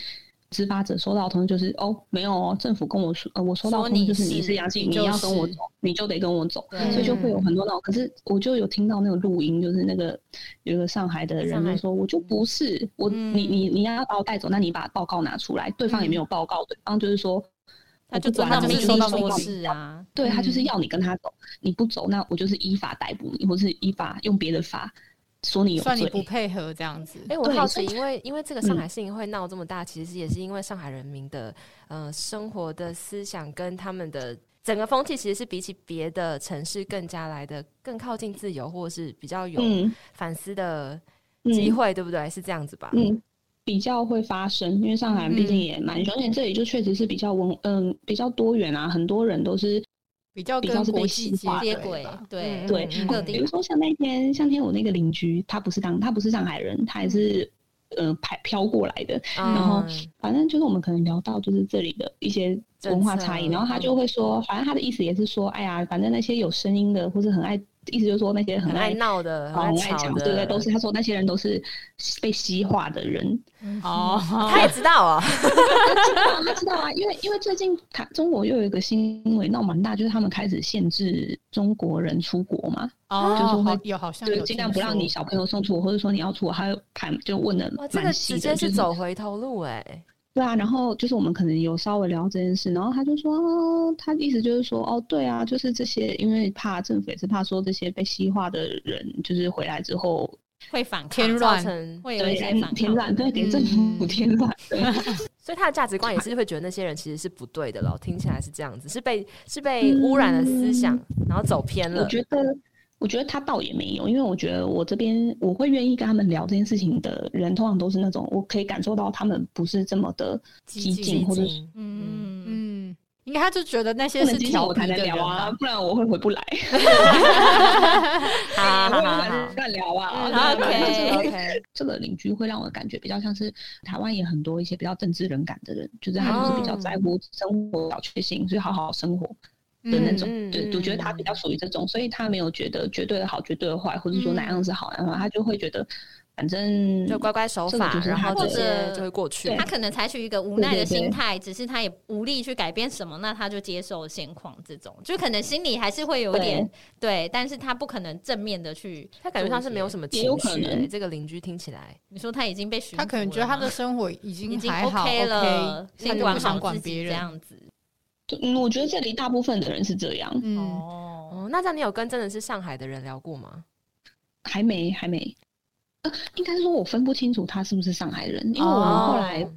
D: 执法者收到通知就是哦，没有哦，政府跟我说，呃，我收到
C: 说
D: 通知
C: 你
D: 就是你
C: 是
D: 是阳性，
C: 你
D: 你
C: 就
D: 要跟我
C: 是
D: 走，你就得跟我走。
C: 对
D: 所以就会有很多那种。可是我就有听到那个录音，就是那个有一个上海的人
B: 上海
D: 就说：“我就不是我，
C: 嗯
D: 你你你要把我带走，那你把报告拿出来。”对方也没有报告，对方就是说。
C: 他
D: 我
C: 就
D: 不
A: 他
C: 真的
D: 管了我
A: 就
C: 命
A: 是
D: 就
A: 收
C: 令
A: 到
D: 是
A: 通
D: 要
C: 说
A: 知
D: 你
C: 是啊，
D: 对他就是
A: 嗯
D: 要你跟他走，你不走，那我就是依法逮捕你，或是依法用别的法说你有
A: 算你不
D: 罪。
A: 配合这样子
B: 哎、，我
D: 对
B: 好
D: 所
B: 奇，
D: 以
B: 因为因为这个上
D: 嗯
B: 海事情会闹这么大，其实也是因为上海人民的呃生活的思想跟他们的整个风气，其实是比起别的城市更加来的更靠近自由，或者是比较有
D: 嗯
B: 反思的机
D: 嗯
B: 会，对不对？是这样子吧？
D: 嗯。比较会发生，因为上海人毕
B: 嗯
D: 竟也蛮凶，而且这里就确实是比较文，嗯，比较多元啊，很多人都是
A: 比较
D: 比较
A: 跟
D: 是被
A: 国
D: 西
A: 际接
D: 化
C: 接轨
A: 吧，
C: 对
B: 嗯
D: 对，
B: 嗯
D: 呃比如说像那天，像那天我那个邻居，他不是当，他不是上海人，他也是呃派飘过来的。
B: 嗯
D: 然后反正就是我们可能聊到就是这里的一些文化差异，
B: 政策嗯
D: 然后他就会说，反正他的意思也是说，哎呀，反正那些有声音的或是很爱，意思就是说那些很
B: 很爱
D: 爱。
B: 闹的，
D: 很
B: 爱
D: 爱
B: 吵
D: 讲，
B: 的，
D: 对对，都是他说那些人都是被西化的人，
A: 哦，
B: 他也知道 啊、
D: 他知道啊，因为因为最近他中国又有一个新闻闹蛮大，就是他们开始限制中国人出国嘛，
A: 哦，
D: 就是会
A: 好有好像
D: 对，
A: 有
D: 尽量
A: 听
D: 不让
A: 说
D: 你小朋友送出国，或者说你要出国，他就看就问的
B: 哇，哦这个
D: 蛮细
B: 直
D: 的，
B: 接
D: 就是
B: 走回头路哎、
D: 对啊。然后就是我们可能有稍微聊到这件事，然后他就说，哦他的意思就是说，哦，对啊，就是这些，因为怕政府也是怕说这些被西化的人，就是回来之后，
C: 会反抗
A: 添
B: 造
A: 乱
B: 成，
C: 会有一
D: 对
C: 些
D: 来
C: 反抗
D: 添乱，对，给
A: 嗯
D: 政府添乱，对，
B: 所以他的价值观也是会觉得那些人其实是不对的咯。听起来是这样子，是被是被污染了思想，然后走偏
D: 我
B: 了。
D: 觉得，我觉得他倒也没有，因为我觉得我这边我会愿意跟他们聊这件事情的人，通常都是那种我可以感受到他们不是这么的激
A: 激
D: 进，或者是
B: 嗯
C: 嗯，
A: 嗯，应该他就觉得那些
D: 不
A: 是
D: 能激进
A: 调
D: 我
A: 皮
D: 才
A: 的
D: 能
A: 人
D: 聊啊
A: 吧，，
D: 不然我会回不来。
B: 好
C: 啊
D: 哎我
B: 好
D: 也不
B: 好
D: 敢
B: 好
D: 乱聊啊。
B: 嗯
D: 对
C: ，OK
D: 就是
B: OK，
D: 这个邻居会让我感觉比较像是台湾也很多一些比较政治冷感的人，就是他就是比较在乎生活小确幸，所以好好生活的那种。
B: 嗯嗯
D: 对，
B: 嗯
D: 我觉得他比较属于这种，所以他没有觉得绝对的好、绝对的坏，或者说哪样是好，然后他就会觉得。反正
B: 就乖乖守
D: 这个
B: 法
D: 就，是
B: 然
D: 他
B: 后
D: 的
B: 这些就会过去
D: 对。
C: 他可能采取一个无奈的
D: 对对对
C: 心态，只是他也无力去改变什么，那他就接受现况，这种就可能心里还是会有一点对，但是他不可能正面的去。
B: 他感觉上是没有什么
D: 也有
B: 情
D: 可
B: 绪、
D: 能
B: 欸。这个邻居听起来，
C: 你说他已经被驯服
A: 他可能觉得
C: 了
A: 他
C: 吗
A: 的生活已
C: 已
A: 经
C: 经
A: 还好
C: OK 了，
A: 他
C: 先
A: 就不
C: 管
A: 想
C: 好
A: 管
C: 自己
A: 别
C: 这
A: 人。
C: 样子。
D: 就嗯我觉得这里大部分的人是这样，
A: 嗯，
C: 哦，
B: 哦，那这样你有跟真的是上海的人聊过吗？
D: 还没还没。呃，应该是说我分不清楚他是不是上海人，因为我们后来
B: 哦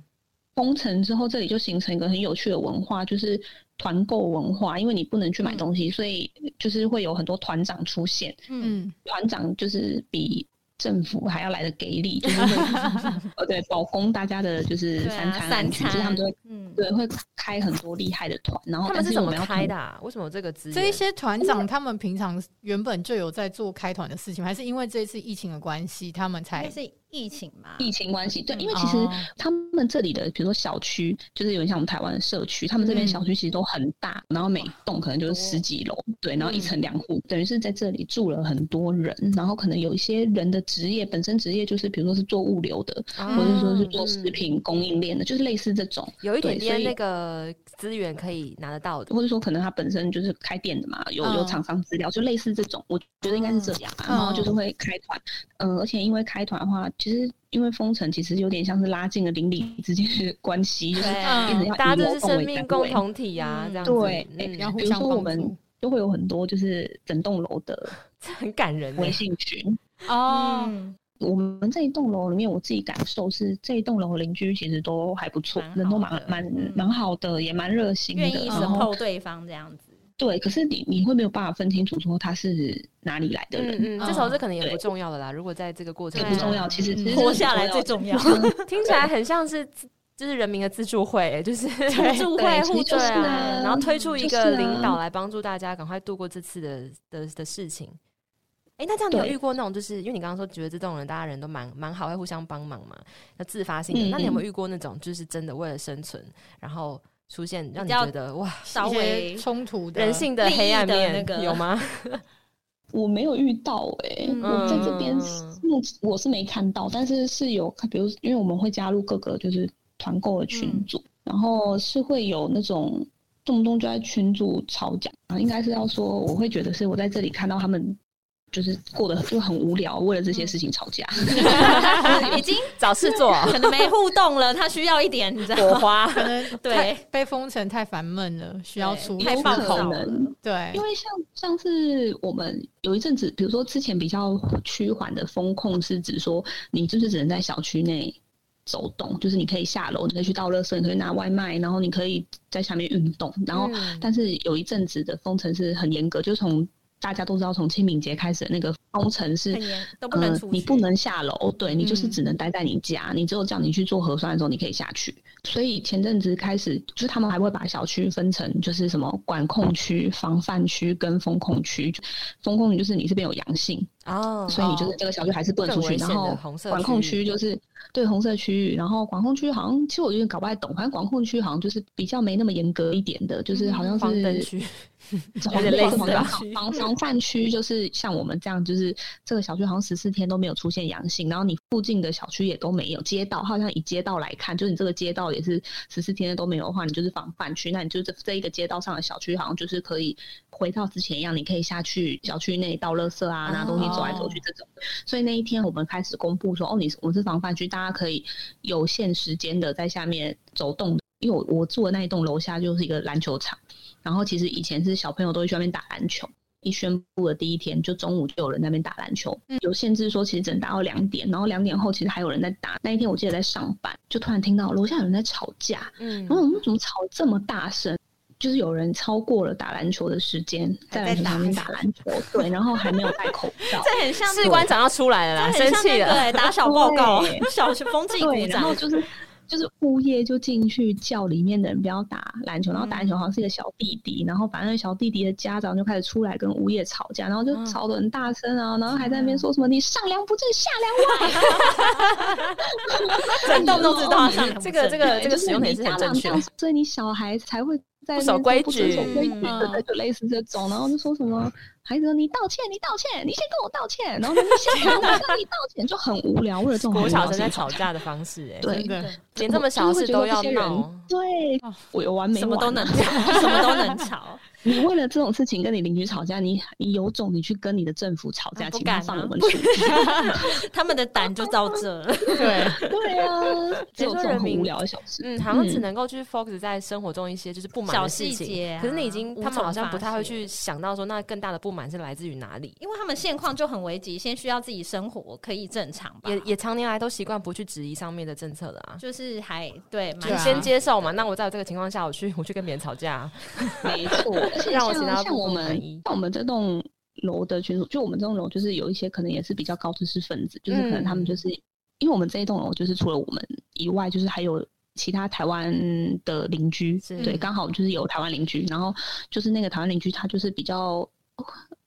D: 封城之后，这里就形成一个很有趣的文化，就是团购文化。因为你不能去买东
B: 嗯
D: 西，所以就是会有很多团长出现。
C: 嗯，
A: 嗯，
D: 团长就是比政府还要来的给力，就是会 呃对保供大家的就是
C: 对
D: 三
C: 啊，
D: 餐
C: 三
D: 安全，
C: 餐，
D: 就是他们就会
C: 嗯，
D: 对会开很多厉害的团，然后
B: 他们
D: 哦但
B: 是
D: 是
B: 怎
D: 我
B: 么
D: 们要
B: 开的、啊？为什么有这个资源？
A: 这一些团长他们平常原本就有在做开团的事情，还是因为这一次疫情的关系，他们才
C: 那是疫情嘛，
D: 疫情关系，对，
C: 嗯
D: 因为其实
A: 哦
D: 他们这里的，比如说小区，就是有点像我们台湾的社区，他们这边
A: 嗯哦
D: 小区其实都很大，然后每栋可能就是
B: 多
D: 十几楼，对，然后一
B: 嗯
D: 层两户，等于是在这里住了很多人，然后可能有一些人的职业本身职业就是，比如说是做物流的，
B: 啊，
D: 或者说是
B: 嗯
D: 做食品供应链的，就是类似这种。
B: 有一
D: 对
B: 点点
D: 所以
B: 那个资源可以拿得到的。
D: 或者说可能他本身就是开店的嘛，有有
A: 嗯
D: 厂商资料，就类似这种，我觉得应该是这样吧。
A: 嗯
D: 然后就是会开团，嗯、而且因为开团的话，其实因为封城，其实有点像是拉近了邻里之间的关系，就是
A: 嗯
C: 对，
D: 变成要
B: 嗯大家
D: 以
B: 这
D: 我
B: 是
D: 共
B: 生
D: 为
B: 命
D: 单
B: 共
D: 位
B: 同体呀、啊，
C: 嗯
B: 这样子，
D: 对，
B: 嗯，
A: 要互
D: 比如
A: 相
D: 说我
A: 帮
D: 们
A: 助
D: 就会有很多就是整栋楼的
B: 这 很感人欸、
D: 微信群。
C: 哦，
D: 我们这一栋楼里面，我自己感受是这一栋楼的邻居其实都还不错
C: 蛮，好
D: 人都蛮
C: 的
D: 蛮
C: 嗯
D: 蛮好的，也蛮热心
C: 愿
D: 的。
C: 意
D: 然后
C: support 对方这样子，
D: 对，可是你你会没有办法分清楚说他是哪里来的人，
B: 嗯嗯，啊这时候这可能也
D: 对
B: 不重要了啦。如果在这个过程
D: 这
C: 对
D: 不
B: 中，
D: 重要。其
B: 嗯
D: 实其实
C: 活下来最 重要。
B: 听起来很像是自就是人民的自助会、就是互助会
D: 对
B: 互
D: 其实就是
B: 对啊，
D: 啊
B: 然后推出一
D: 就
B: 个
D: 是啊
B: 领导来帮助大家赶快度过这次的的的事情。哎、那这样你有
D: 对
B: 遇过那种，就是因为你刚刚说觉得这种人大家人都蛮蛮好，会互相帮忙嘛，那自发性的。
D: 嗯
B: 那你有没有遇过那种，就是真的为了生存，然后出现让
C: 比
B: 你
C: 较
B: 觉得哇，
C: 稍
A: 一些
C: 微
A: 冲突的
B: 人性的黑暗
C: 利益的那
B: 面、
C: 个
B: 有吗？
D: 我没有遇到哎、
C: 嗯
D: 我在这边
B: 嗯
D: 目我是没看到，但是是有，比如因为我们会加入各个就是团购的
C: 嗯
D: 群组，然后是会有那种动不动就在群组吵架啊，应该是要说我会觉得是我在这里看到他们就是过得就很无聊，为了这些事情吵架，
C: 嗯已经
B: 找事 做，
C: 可能没互动了，他需要一点，你知道
B: 火花。
C: 吗？
A: 可能
C: 对
A: 太被封城太烦闷了，需要出
C: 太
D: 有
C: 暴
D: 可
C: 躁了
D: 能。
A: 对
D: 因，为像像是我们有一阵子，比如说之前比较趋缓的风控，是指说你就是只能在小区内走动，就是你可以下楼，你可以去倒垃圾，你可以拿外卖，然后你可以在下面运动。然后，
B: 嗯
D: 但是有一阵子的封城是很严格，就从大家都知道，从清明节开始的那个封城是
C: 很。严，都不能
D: 呃
C: 出，去，
D: 你不能下楼，对你就是
A: 嗯
D: 只能待在你家。你只有叫你去做核酸的时候，你可以下去。所以前阵子开始，就是他们还会把小区分成，就是什么管控区、防范区跟风控区。就风控区就是你这边有阳性，
B: 哦，
D: 所以你就是这个小区还是不能
B: 更
D: 出去。
B: 危险
D: 然
B: 的
D: 后
B: 红色
D: 管控
B: 区
D: 区
B: 域
D: 就是对红色区域，然后管控区好像其实我有点搞不太懂，反正管控区好像就是比较没那么严格一点的，就是好像是
B: 嗯黄灯区，
D: 有
B: 点类似
D: 防
B: 吧
D: 防防防范区就是像我们这样，就是这个小区好像十四天都没有出现阳性，然后你附近的小区也都没有，街道好像以街道来看，就是你这个街道也是十四天都没有的话，你就是防范区，那你就这这一个街道上的小区好像就是可以回到之前一样，你可以下去小区内倒垃圾啊，拿东西走来走去这种。所以那一天我们开始公布说，哦，你是我们是防范区，大家可以有限时间的在下面走动。因为我我住的那一栋楼下就是一个篮球场，然后其实以前是小朋友都会去那边打篮球。一宣布的第一天，就中午就有人在那边打篮球，有限制说其实只能打到两点，然后两点后其实还有人在打。那一天我记得在上班，就突然听到楼下有人在吵架，
B: 嗯
D: 然后我们怎么吵这么大声？就是有人超过了打篮球的时间，在篮球场边打篮球，对，然后还没有戴口罩，
C: 这很像
B: 士官长要出来了啦，
C: 这
B: 生
C: 很像
B: 气
C: 那个
B: 了。
C: 欸打小报告，
D: 对
C: 小学风纪
D: 对，
C: 鼓
D: 然后
C: 掌，
D: 就是就是物业就进去叫里面的人不要打篮球，然后
B: 嗯
D: 打篮球好像是一个小弟弟，然后反正小弟弟的家长就开始出来跟物业吵架，然后就
B: 嗯
D: 吵得很大声啊，然后还在那边说什么你上梁不正下梁
C: 整栋都知道他上两
B: 哦
C: 步
B: 这个 这个这
D: 对
B: 个
D: 哎就是
B: 使用点
D: 你
B: 是很
D: 家
B: 正
D: 长
B: 确
D: 这样，所以你小孩才会在
B: 不守
D: 那边
B: 规
D: 不遵守
B: 矩
D: 规矩
A: 嗯
D: 的，就类似这种，然后就说什么孩子说你道歉，你道歉，你先跟我道歉，然后你先跟我向你道歉，就很无聊，为了这 种
B: 国
D: 很无
B: 小生
D: 聊的
B: 在
D: 事
B: 吵
D: 情。
B: 架的方式、哎，
D: 对
A: 真的
B: 连这么小的事都要闹，
D: 对
A: 啊，
D: 我有完没完、
C: 什么都能。吵，什么都能吵。
D: 你为了这种事情跟你邻居吵架，你你有种你去跟你的政府吵架，
C: 啊不
D: 请他
C: 敢
D: 上
C: 啊
D: 我们书。
C: 他们的胆就到这了，
A: 对，
D: 对啊，只有
B: 说
D: 这种
B: 人
D: 很
B: 民
D: 无聊的小事。
B: 嗯，好像只
D: 嗯
B: 能够去 focus 在生活中一些就是不满
C: 小
B: 的事
C: 细节
B: 情，
C: 啊
B: 可是你已经
C: 无
B: 他们
C: 从
B: 好像
C: 发
B: 不太会
C: 泄
B: 去想到说那更大的不满是来自于哪里，
C: 因为他们现况就很危急，先需要自己生活可以正常吧
B: 也。也常年来都习惯不去质疑上面的政策了啊。
C: 就是还对，
A: 就
B: 就
C: 蛮
A: 啊
B: 先接受嘛，那我在这个情况下，我去我去跟别人吵架啊，
D: 没错，而且
B: 让我其他
D: 像像
B: 部
D: 我
B: 分
D: 们
B: 满意
D: 像我们这栋楼的群组，就我们这栋楼就是有一些可能也是比较高知识分子，就是可能他们就是、因为我们这一栋楼就是除了我们以外，就是还有。其他台湾的邻居
B: 是，
D: 对，刚好就是有台湾邻居，然后就是那个台湾邻居，他就是比较，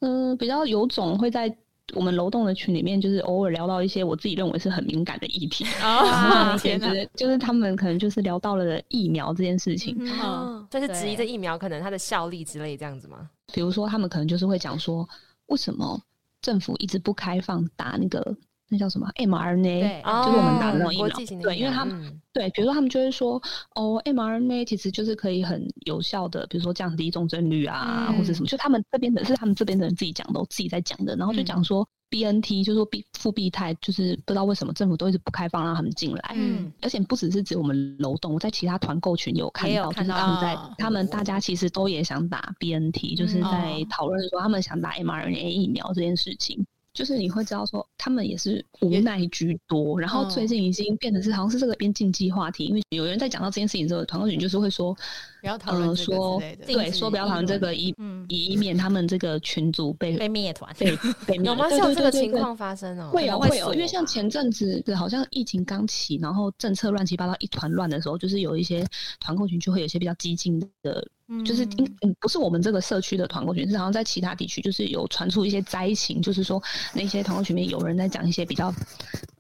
D: 呃，比较有种会在我们楼栋的群里面，就是偶尔聊到一些我自己认为是很敏感的议题，
A: 啊，
D: 就
A: 天哪，
D: 是就是他们可能就是聊到了疫苗这件事情，
A: 嗯
B: 就是质疑这
C: 对
B: 疫苗可能它的效力之类这样子吗？
D: 比如说他们可能就是会讲说，为什么政府一直不开放打那个那叫什么 mRNA？
C: 对，
D: 就是我们打的那
B: 哦
D: 种疫
B: 国
D: 苗
B: 际型的
D: 对
B: 疫
D: 因为
B: 苗
D: 他们
B: 嗯
D: 对，比如说他们就会说，哦，mRNA 其实就是可以很有效的，比如说降低重症率啊，
A: 嗯
D: 或者什么，就他们这边的是他们这边的人自己讲的，我自己在讲的，然后就讲说 BNT 就是说必复必泰，就是不知道为什么政府都一直不开放让他们进来。
A: 嗯
C: 嗯，
D: 而且不只是指我们楼栋，我在其他团购群也有看
C: 也有
D: 到，
C: 看
D: 就是
C: 到
D: 他们在
A: 啊
D: 他们大家其实都也想打 BNT，就是
C: 嗯
D: 在
A: 哦
D: 讨论说他们想打 mRNA 疫苗这件事情。就是你会知道说他们也是无
A: 也
D: 奈居多，然后
A: 哦
D: 最近已经变成是好像是这个边禁忌话题，因为有人在讲到这件事情之后，团购群就是会说，
A: 不要讨论
D: 呃
A: 这个
D: 说
A: 之类的，
D: 对，说不要讨论这个，以
C: 嗯，
D: 以免他们这个群组被
C: 被灭团，
D: 被被
B: 有
D: 灭
B: 吗？
D: 对
B: 是有
D: 对
B: 这个
D: 对对
B: 情
D: 对
B: 况发生哦，
D: 会有
B: 有
D: 会有，因为像前阵子好像疫情刚起，然后政策乱七八糟一团乱的时候，就是有一些团购群就会有一些比较激进的，就是嗯嗯不是我们这个社区的团购群，是好像在其他地区就是有传出一些灾情，就是说那些团购群里面有人在讲一些比较
C: 敏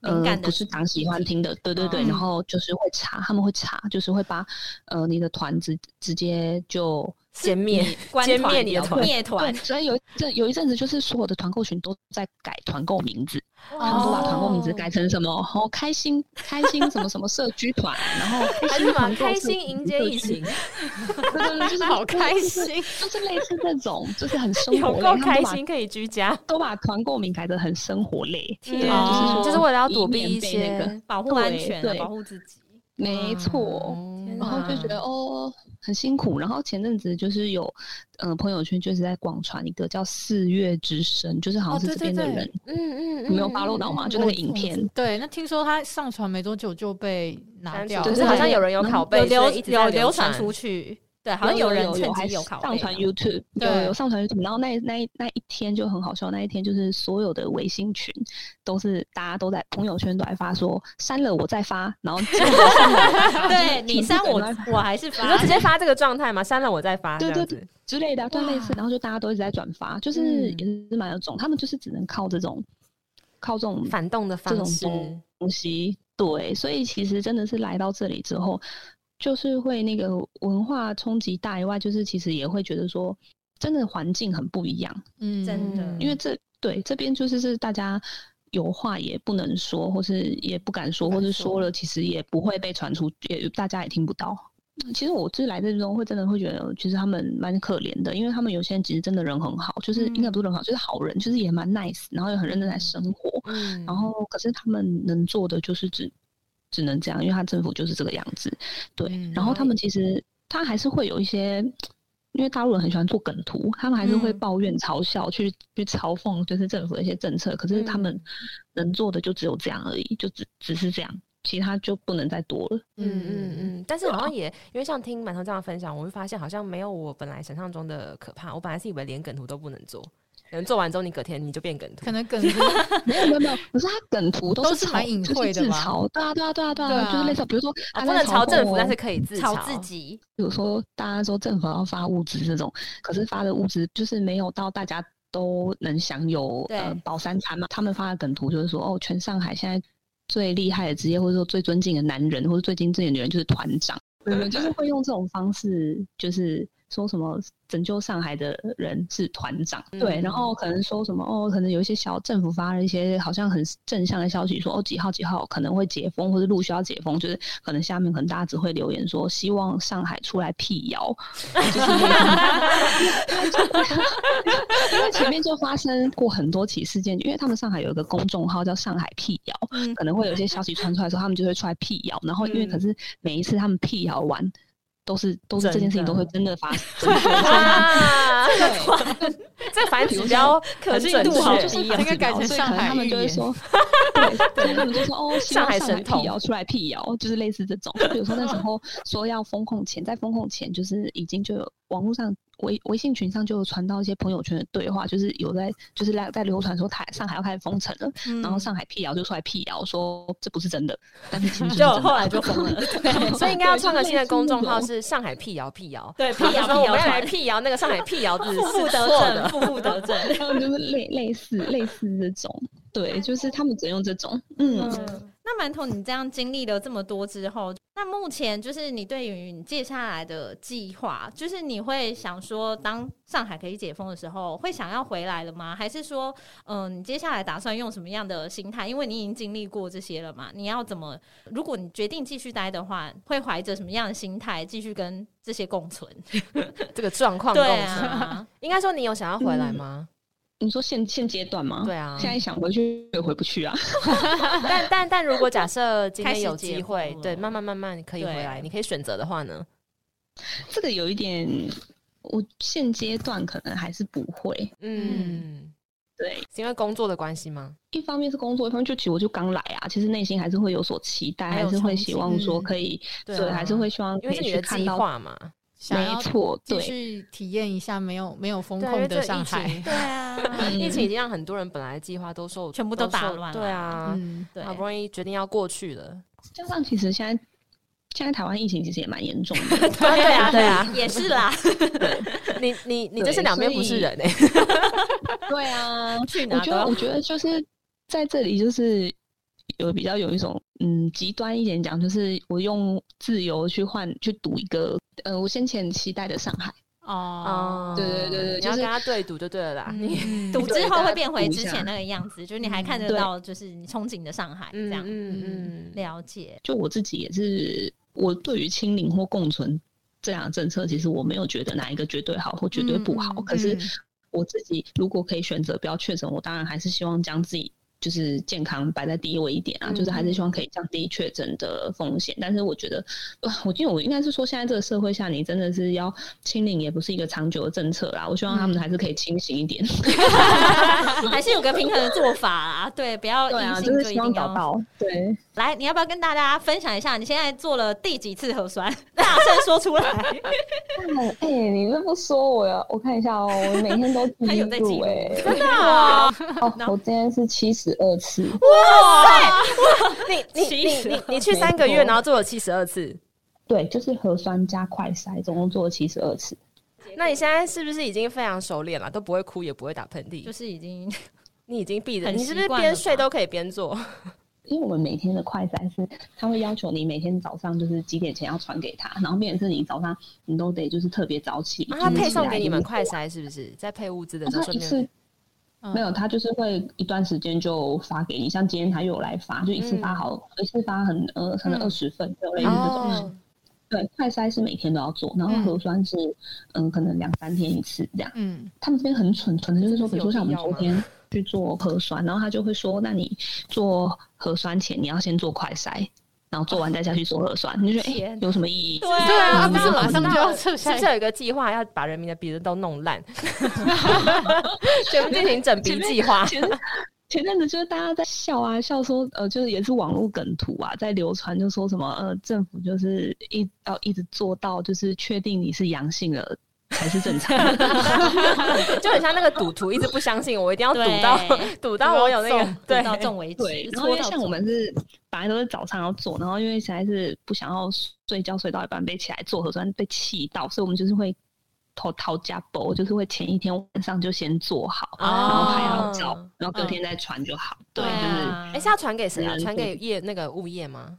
D: 呃
C: 感的
D: 不是党喜欢听的，对对对，
A: 嗯
D: 然后就是会查，他们会查，就是会把呃你的团直直接就。
B: 歼灭
C: 关
B: 歼
C: 团
B: 灭你的
C: 比较
B: 团
C: 灭
D: 对
C: 团，，
D: 所以有一阵有一阵子，就是所有的团购群都在改团购名字，他们都把团购名字改成什么？哦，开心开心什么什么社区 团，然后
B: 还
D: 开
B: 是什
D: 心团
B: 么
D: 购
B: 开
D: 社
B: 心
D: 群
B: 迎接疫，情，
D: 社区对对 对，就是
A: 好开，心，
D: 就是类似这种，就是很 生
B: 有
D: 活类，
B: 够
D: 他们
B: 开
D: 都把
B: 心可以居家，
D: 都把团购名改得很生活类，对
A: 啊
D: 是
B: 嗯
D: 说
B: 就是为了要
D: 哦以
B: 躲避
D: 免
B: 一
D: 被
B: 些嗯
D: 那个，
C: 保护安
D: 对
C: 全啊，
D: 对
C: 保护自己。
D: 没错。
B: 嗯
C: 天
D: 然后就觉得哦很辛苦，然后前阵子就是有，嗯、朋友圈就是在广传一个叫“四月之声”，就是好
A: 哦
D: 像是
A: 对
D: 这边
A: 对
D: 的
A: 对
D: 人，
B: 嗯嗯，
D: 你没有
B: 嗯
D: follow 到吗？就那
A: 我
D: 个影片，
A: 对，那听说他上传没多久就被拿
B: 删
A: 掉
B: 除，
A: 了，
B: 就
D: 对
B: 是好像有人有拷贝，
C: 有流
B: 所以一直在
C: 有流
B: 传
C: 传出去，对，好像人
D: 有
C: 趁
D: 还
C: 机有拷贝
D: 上传
C: 啊
D: YouTube，有
A: 对
D: 有上传 YouTube，然后那那一那一天就很好笑，那一天就是所有的微信群都是大家都在朋友圈都在发说删了我再发，然后结果删了我 再发
C: 对你删我，我还是
B: 你就
C: 发
B: 直。接发这个状态嘛，删了我再发，
D: 对
B: 这样
D: 对
B: 子
D: 之类的啊，对类似，然后就大家都一直在转发，就是
B: 嗯
D: 也是蛮有种，他们就是只能靠这种靠这种
B: 反动的
D: 这
B: 方
D: 种
B: 式，
D: 东东西。对，所以其实真的是来到这里之后，就是会那个文化冲击大以外，就是其实也会觉得说，真的环境很不一样，
A: 嗯，
C: 真的
B: 嗯
D: 因为这对这边就是是大家。有话也不能说，或是也不敢说，
B: 不
D: 或
B: 敢
D: 是
B: 说
D: 说了，其实也不会被传出，也大家也听不到。嗯其实我这来这之后，会真的会觉得，其实他们蛮可怜的，因为他们有些人其实真的人很好，就是应该不是人好，就是好人，就是也蛮 nice，然后也很认真在生活。
B: 嗯
D: 然后可是他们能做的就是只只能这样，因为他政府就是这个样子，对。
A: 嗯
D: 然后他们其实他还是会有一些，因为大陆人很喜欢做梗图，他们还是会
A: 嗯
D: 抱怨、嘲笑、去去嘲讽，就是政府的一些政策。可是他们
B: 嗯
D: 能做的就只有这样而已，就只只是这样，其他就不能再多了。
B: 嗯嗯
A: 嗯嗯，
B: 嗯，但是好像也因为像听满头这样分享，我会发现好像没有我本来想象中的可怕。我本来是以为连梗图都不能做，可能做完之后你隔天你就变梗图
A: 可。能梗 是
D: 没有没有没有，可是他梗图都
A: 都
D: 是
A: 是蛮
D: 嘲
A: 隐
D: 就是
A: 晦的
D: 自
A: 吧
D: 嘲，对啊对啊对啊对
A: 对
D: 啊，
A: 啊
D: 就是类似，比如说
B: 啊，
D: 他
B: 不
D: 在
B: 能嘲
D: 讽
B: 政府，
D: 我
B: 但是可以自
C: 吵
B: 嘲
C: 自。己，
D: 比如说大家说政府要发物资这种，可是发的物资就是没有到大家都能享有
C: 对
D: 呃饱三餐嘛。他们发的梗图就是说，哦，全上海现在最厉害的职业，或者说最嗯尊敬的男人，或者最尊敬的女人就是团长，对对，就是会用这种方式，就是说什么拯救上海的人是团长，
B: 嗯
D: 对，然后可能说什么哦，可能有一些小政府发了一些好像很正向的消息说，哦几号几号可能会解封，或者陆续要解封，就是可能下面可能大家只会留言说希望上海出来辟谣， 因为前面就发生过很多起事件，因为他们上海有一个公众号叫上海辟谣，
C: 嗯
D: 可能会有一些消息传出来的时候，他们就会出来辟谣。然后因为可是每一次他们辟谣完，都是都是这件事情都会真的发生。
B: 哇，啊这个团 这个反正指标
C: 可信
B: 很
C: 度
B: 准
C: 好
B: 确
D: 就是
A: 低哦
D: 反
A: 这个改成
D: 所以
A: 上
D: 可能
A: 海
D: 他们
A: 预
D: 就会
A: 言
D: 说，对，所以他们就说哦，希
B: 上
D: 望
B: 海
D: 上海
B: 神童
D: 辟谣出来辟谣，就是类似这种。比如说那时候说要封控前，在封控前就是已经就有网络上。微微信群上就有传到一些朋友圈的对话，就是有在就是在在流传说台上海要开始封城了，
A: 嗯
D: 然后上海辟谣就出来辟谣说这不是真的，但是其实
C: 就
D: 是真的
C: 后来就疯了，对
B: 所以应该要
D: 对
B: 创个
D: 就类
B: 新的
D: 似
B: 公
D: 那
B: 众号
D: 种
B: 是上海辟谣辟谣，
C: 对，辟谣
B: 然后
C: 辟
B: 我
C: 谣
B: 们要来
C: 传，
B: 辟谣那个上海辟 谣字
C: 负负
B: 是
C: 得
B: 错
C: 正，
B: 的。
C: 负负得正。
D: 他们就是类类似类似这种，对，就是他们只用这种，嗯，
C: 嗯，那馒头，你这样经历了这么多之后，那目前就是你对于你接下来的计划，就是你会想说，当上海可以解封的时候，会想要回来了吗？还是说，嗯、你接下来打算用什么样的心态？因为你已经经历过这些了嘛，你要怎么？如果你决定继续待的话，会怀着什么样的心态继续跟这些共存？
B: 这个状况
C: 对
B: 共存，
C: 啊，
B: 应该说你有想要回来吗？
D: 你说现现阶段吗？
B: 对。
C: 嗯
B: 啊，
D: 现在想回去也回不去啊，
B: 但但但如果假设今天有机
C: 开始
B: 会
C: 解封，了
B: 对，慢慢慢慢可以回来，
C: 对
B: 你可以选择的话呢？
D: 这个有一点，我现阶段可能还是不会。
B: 嗯，
D: 对，
B: 是因为工作的关系吗？
D: 一方面是工作，一方面就其实我就刚来啊，其实内心还是会有所期待，
B: 还有
D: 还是会
B: 憧憬
D: 希望说
A: 嗯
D: 可以，
B: 对
D: 对，
B: 啊
D: 还是会希望
B: 因
D: 可
B: 为
D: 以
B: 是你
D: 去
B: 的
D: 看
B: 计
D: 到，
B: 划嘛，
A: 想
D: 没
A: 要
D: 错，
A: 继
D: 对，
A: 续体验一下没有没有风
B: 对啊
A: 控
B: 因为这
A: 的
B: 个
A: 上
B: 疫情
A: 海。
C: 对啊，
D: 嗯
B: 疫情已经让很多人本来的计划都受
C: 全部都
B: 受
C: 打乱了
B: 对 啊，
A: 嗯，
C: 对
B: 好不容易决定要过去了，
D: 加上其实现在现在台湾疫情其实也蛮严重 的，
B: 对啊对啊，
C: 也是啦，
B: 你你你
D: 对
B: 这是两边不是
D: 所以
B: 人哎，
D: 对啊，
C: 去
D: 我
C: 哪
D: 觉
C: 都
D: 得，
C: 要
D: 我觉得就是在这里，就是有比较有一种嗯极端一点讲，就是我用自由去换去赌一个呃我先前期待的上海，
A: 哦，
D: 对 对对对
B: 你要
D: 就是
B: 跟他对赌就对了啦，你
A: 嗯
C: 赌之
D: 对
C: 后
D: 大
C: 会
D: 家
C: 变
D: 赌
C: 回
D: 一
C: 之
D: 下
C: 前那个样子，就是你还看得
D: 对
C: 到，就是你憧憬的上海这样。
B: 嗯嗯，
C: 了解，
D: 就我自己也是，我对于清零或共存这两个政策，其实我没有觉得哪一个绝对好或绝对不好，
C: 嗯嗯
D: 可是
A: 嗯
D: 我自己如果可以选择不要确诊，我当然还是希望将自己。就是健康摆在第一位一点啊，就是还是希望可以降低确诊的风险。但是我觉得，呃我因为我应该是说，现在这个社会下，你真的是要清零，也不是一个长久的政策啦。我希望他们还是可以清醒一点。
C: 还是有个平衡的做法啦。对，不要
D: 对
C: 硬
D: 啊，
C: 性
D: 就是
C: 一
D: 希望
C: 定
D: 找
C: 要。
D: 到 对。
C: 来，你要不要跟大家分享一下你现在做了第几次核酸？大声说出来。
D: 哎、你这不说我呀？我看一下哦，我每天都
C: 他
D: 记
C: 有在记录
D: 录哎、
B: 真的啊，
D: 哦，我今天是七十二次，
B: 你你
C: 其
B: 你
C: 实
B: 你你去三个月，然后做了七十二次，
D: 对，就是核酸加快筛，总共做了七十二次。
B: 那你现在是不是已经非常熟练了？都不会哭，也不会打喷嚏，
C: 就
B: 就是
C: 已经
B: 你已经闭着，
C: 很
B: 你是不是
C: 习惯
B: 边
C: 了吧
B: 睡都可以边做？
D: 因为我们每天的快筛是，他会要求你每天早上就是几点前要传给他，然后变成是你早上你都得就是特别早起，
B: 啊，
D: 就是
B: 他
D: 起
B: 配
D: 来
B: 送给你们
D: 就是啊
B: 快筛是不是？在配物资的时
D: 他
B: 候顺
D: 哦一
B: 便嗯
D: 次没有，他就是会一段时间就发给你，像今天他又有来发，就一次发好，一次发很呃，可能
B: 嗯
D: 二十份这种类似这种。
B: 哦，
D: 对，快筛是每天都要做，然后
A: 嗯
D: 核酸是嗯可能两三天一次这样。
A: 嗯
D: 他们这边很蠢，蠢的就是说，
B: 这
D: 比
B: 是有
D: 如说像我
B: 必
D: 们
B: 要
D: 昨
B: 吗
D: 天去做核酸，然后他就会说，那你做核酸前你要先做快筛。然后做完再下去做核酸，你就觉得哎、
C: 天
D: 有什么意义？
C: 对啊
A: 对啊，
C: 嗯
A: 不是马上就要撤
B: 是不
A: 下
B: 是有一个计划要把人民的鼻子都弄烂？全部进行整鼻计划。
D: 前前阵子就是大家在笑啊，笑说呃，就是也是网络梗图啊，在流传就说什么呃，政府就是一要一直做到就是确定你是阳性了才是正常。
B: 就很像那个赌徒，一直不相信我，一定要赌
C: 对
B: 到赌到我有那个
C: 中
B: 对
C: 赌到中为止，
D: 然后
C: 戳
D: 因为
C: 到
D: 像我
C: 中
D: 们是本来都是早上要做，然后因为实在是不想要睡觉睡到一半被起来做核酸被气到，所以我们就是会偷掏家包，就是会前一天晚上就先做好，
B: 哦
D: 然后拍好照，然后隔天再传就好。对，
C: 哦嗯对
D: 就是
C: 啊
B: 哎哎，是要传给谁啊？
D: 嗯
B: 传给业那个物业吗？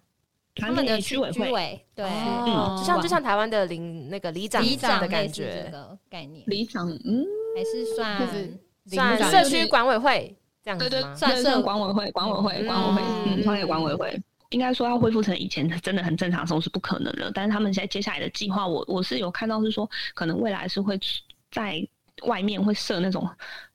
C: 他们的
D: 团体居委
C: 居
D: 会
C: 委对，
B: 哦
C: 嗯
B: 就像就像台湾的领那个里长
C: 里长
B: 的感
C: 类似这
B: 觉，
C: 个概念，
D: 里长，嗯，
C: 还是
A: 就是
C: 算
B: 算
A: 领导
B: 社区管委会这样
D: 对
B: 子
D: 对，
B: 嗯吗？
C: 算
D: 对
C: 社
D: 算管委会，管委会，管委会，
B: 嗯
D: 嗯，创业管委会。应该说要恢复成以前真的很正常的生活是不可能的，但是他们现在接下来的计划，我我是有看到是说，可能未来是会在外面会设那种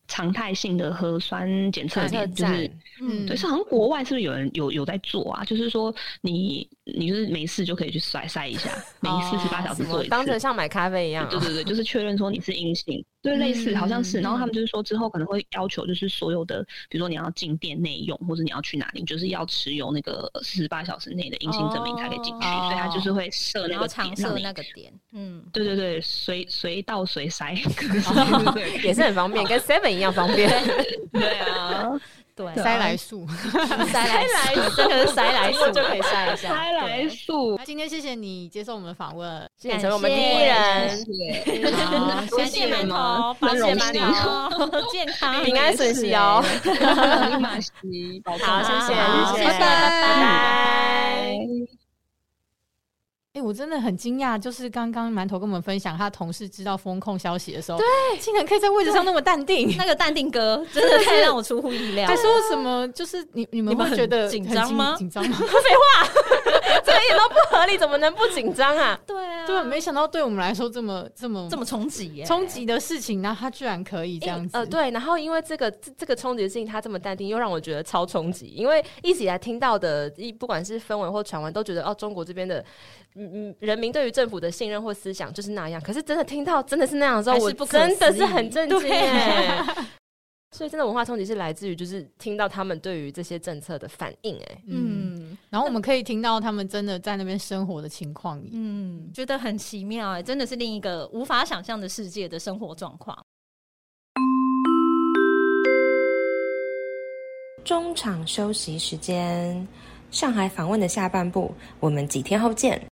D: 常态性的核酸检
B: 检测
D: 测点，就是
B: 站，
A: 嗯
D: 对，是好像国外是不是有人有有在做啊？就是说你你就是没事就可以去筛 筛一下，每四十八小时
B: 哦什么
D: 做一次，
B: 当成像买咖啡一样啊嗯
D: 对，对对，就是确认说你是阴性，对，类似好像是。然后他们就是说之后可能会要求，就是所有的，比如说你要进店内用，或者你要去哪里，你就是要持有那个四十八小时内的阴性证明才可以进去，
B: 哦
D: 所以他就是会设那
C: 然后
D: 个
C: 常
D: 点
C: 设
D: 让你
C: 那。个点，嗯，
D: 对对对，随随到随 筛，
B: 也是很方便，跟 Seven 一样方便。
D: 对啊，
C: 对，
A: 塞来树。
C: 塞来数，这个是塞来数
B: 就可以
C: 塞一下
D: 筛来数，
A: 今天谢谢你接受我们的访问，
B: 谢谢你成为我们第一人，
D: 谢
C: 好，
D: 多
C: 感谢
D: 谢
C: 馒
D: 你们
C: 头，保
D: 真
C: 险
D: 荣
C: 馒头，哦健康
B: 平安顺心哦。
D: 立哎马洗，保重
B: 好，谢谢，
C: 好
B: 谢谢，
A: 拜拜
B: 拜拜
D: 拜。
A: 哎、我真的很惊讶，就是刚刚馒头跟我们分享他同事知道风控消息的时候，对，竟然可以在位置上那么淡定。
C: 那个淡定哥真的太让我出乎意料
A: 还，说什么？就是你你们
C: 你们
A: 会
C: 很
A: 觉得
C: 紧
A: 很
C: 张吗
A: 紧张吗？
B: 这一点都不 合理，怎么能不紧张啊？
C: 对啊，
A: 对，没想到对我们来说这么这么
C: 这么冲击耶，
A: 冲击的事情，然后他居然可以这样
B: 因
A: 子。
B: 呃，对，然后因为这个这这个冲击的事情，他这么淡定，又让我觉得超冲击。因为一直以来听到的，一不管是氛围或传闻，都觉得哦，中国这边的嗯嗯人民对于政府的信任或思想就是那样。可是真的听到真的是那样的时候，
C: 还是
B: 我
C: 不可
B: 真的
C: 思
B: 是很
C: 议
B: 震惊
C: 对
B: 耶。所以，真的文化冲击是来自于就是听到他们对于这些政策的反应。哎，
A: 嗯，
C: 嗯
A: 然后我们可以听到他们真的在那边生活的情况。
C: 嗯，觉得很奇妙哎，真的是另一个无法想象的世界的生活状况。
E: 中场休息时间，上海访问的下半部，我们几天后见。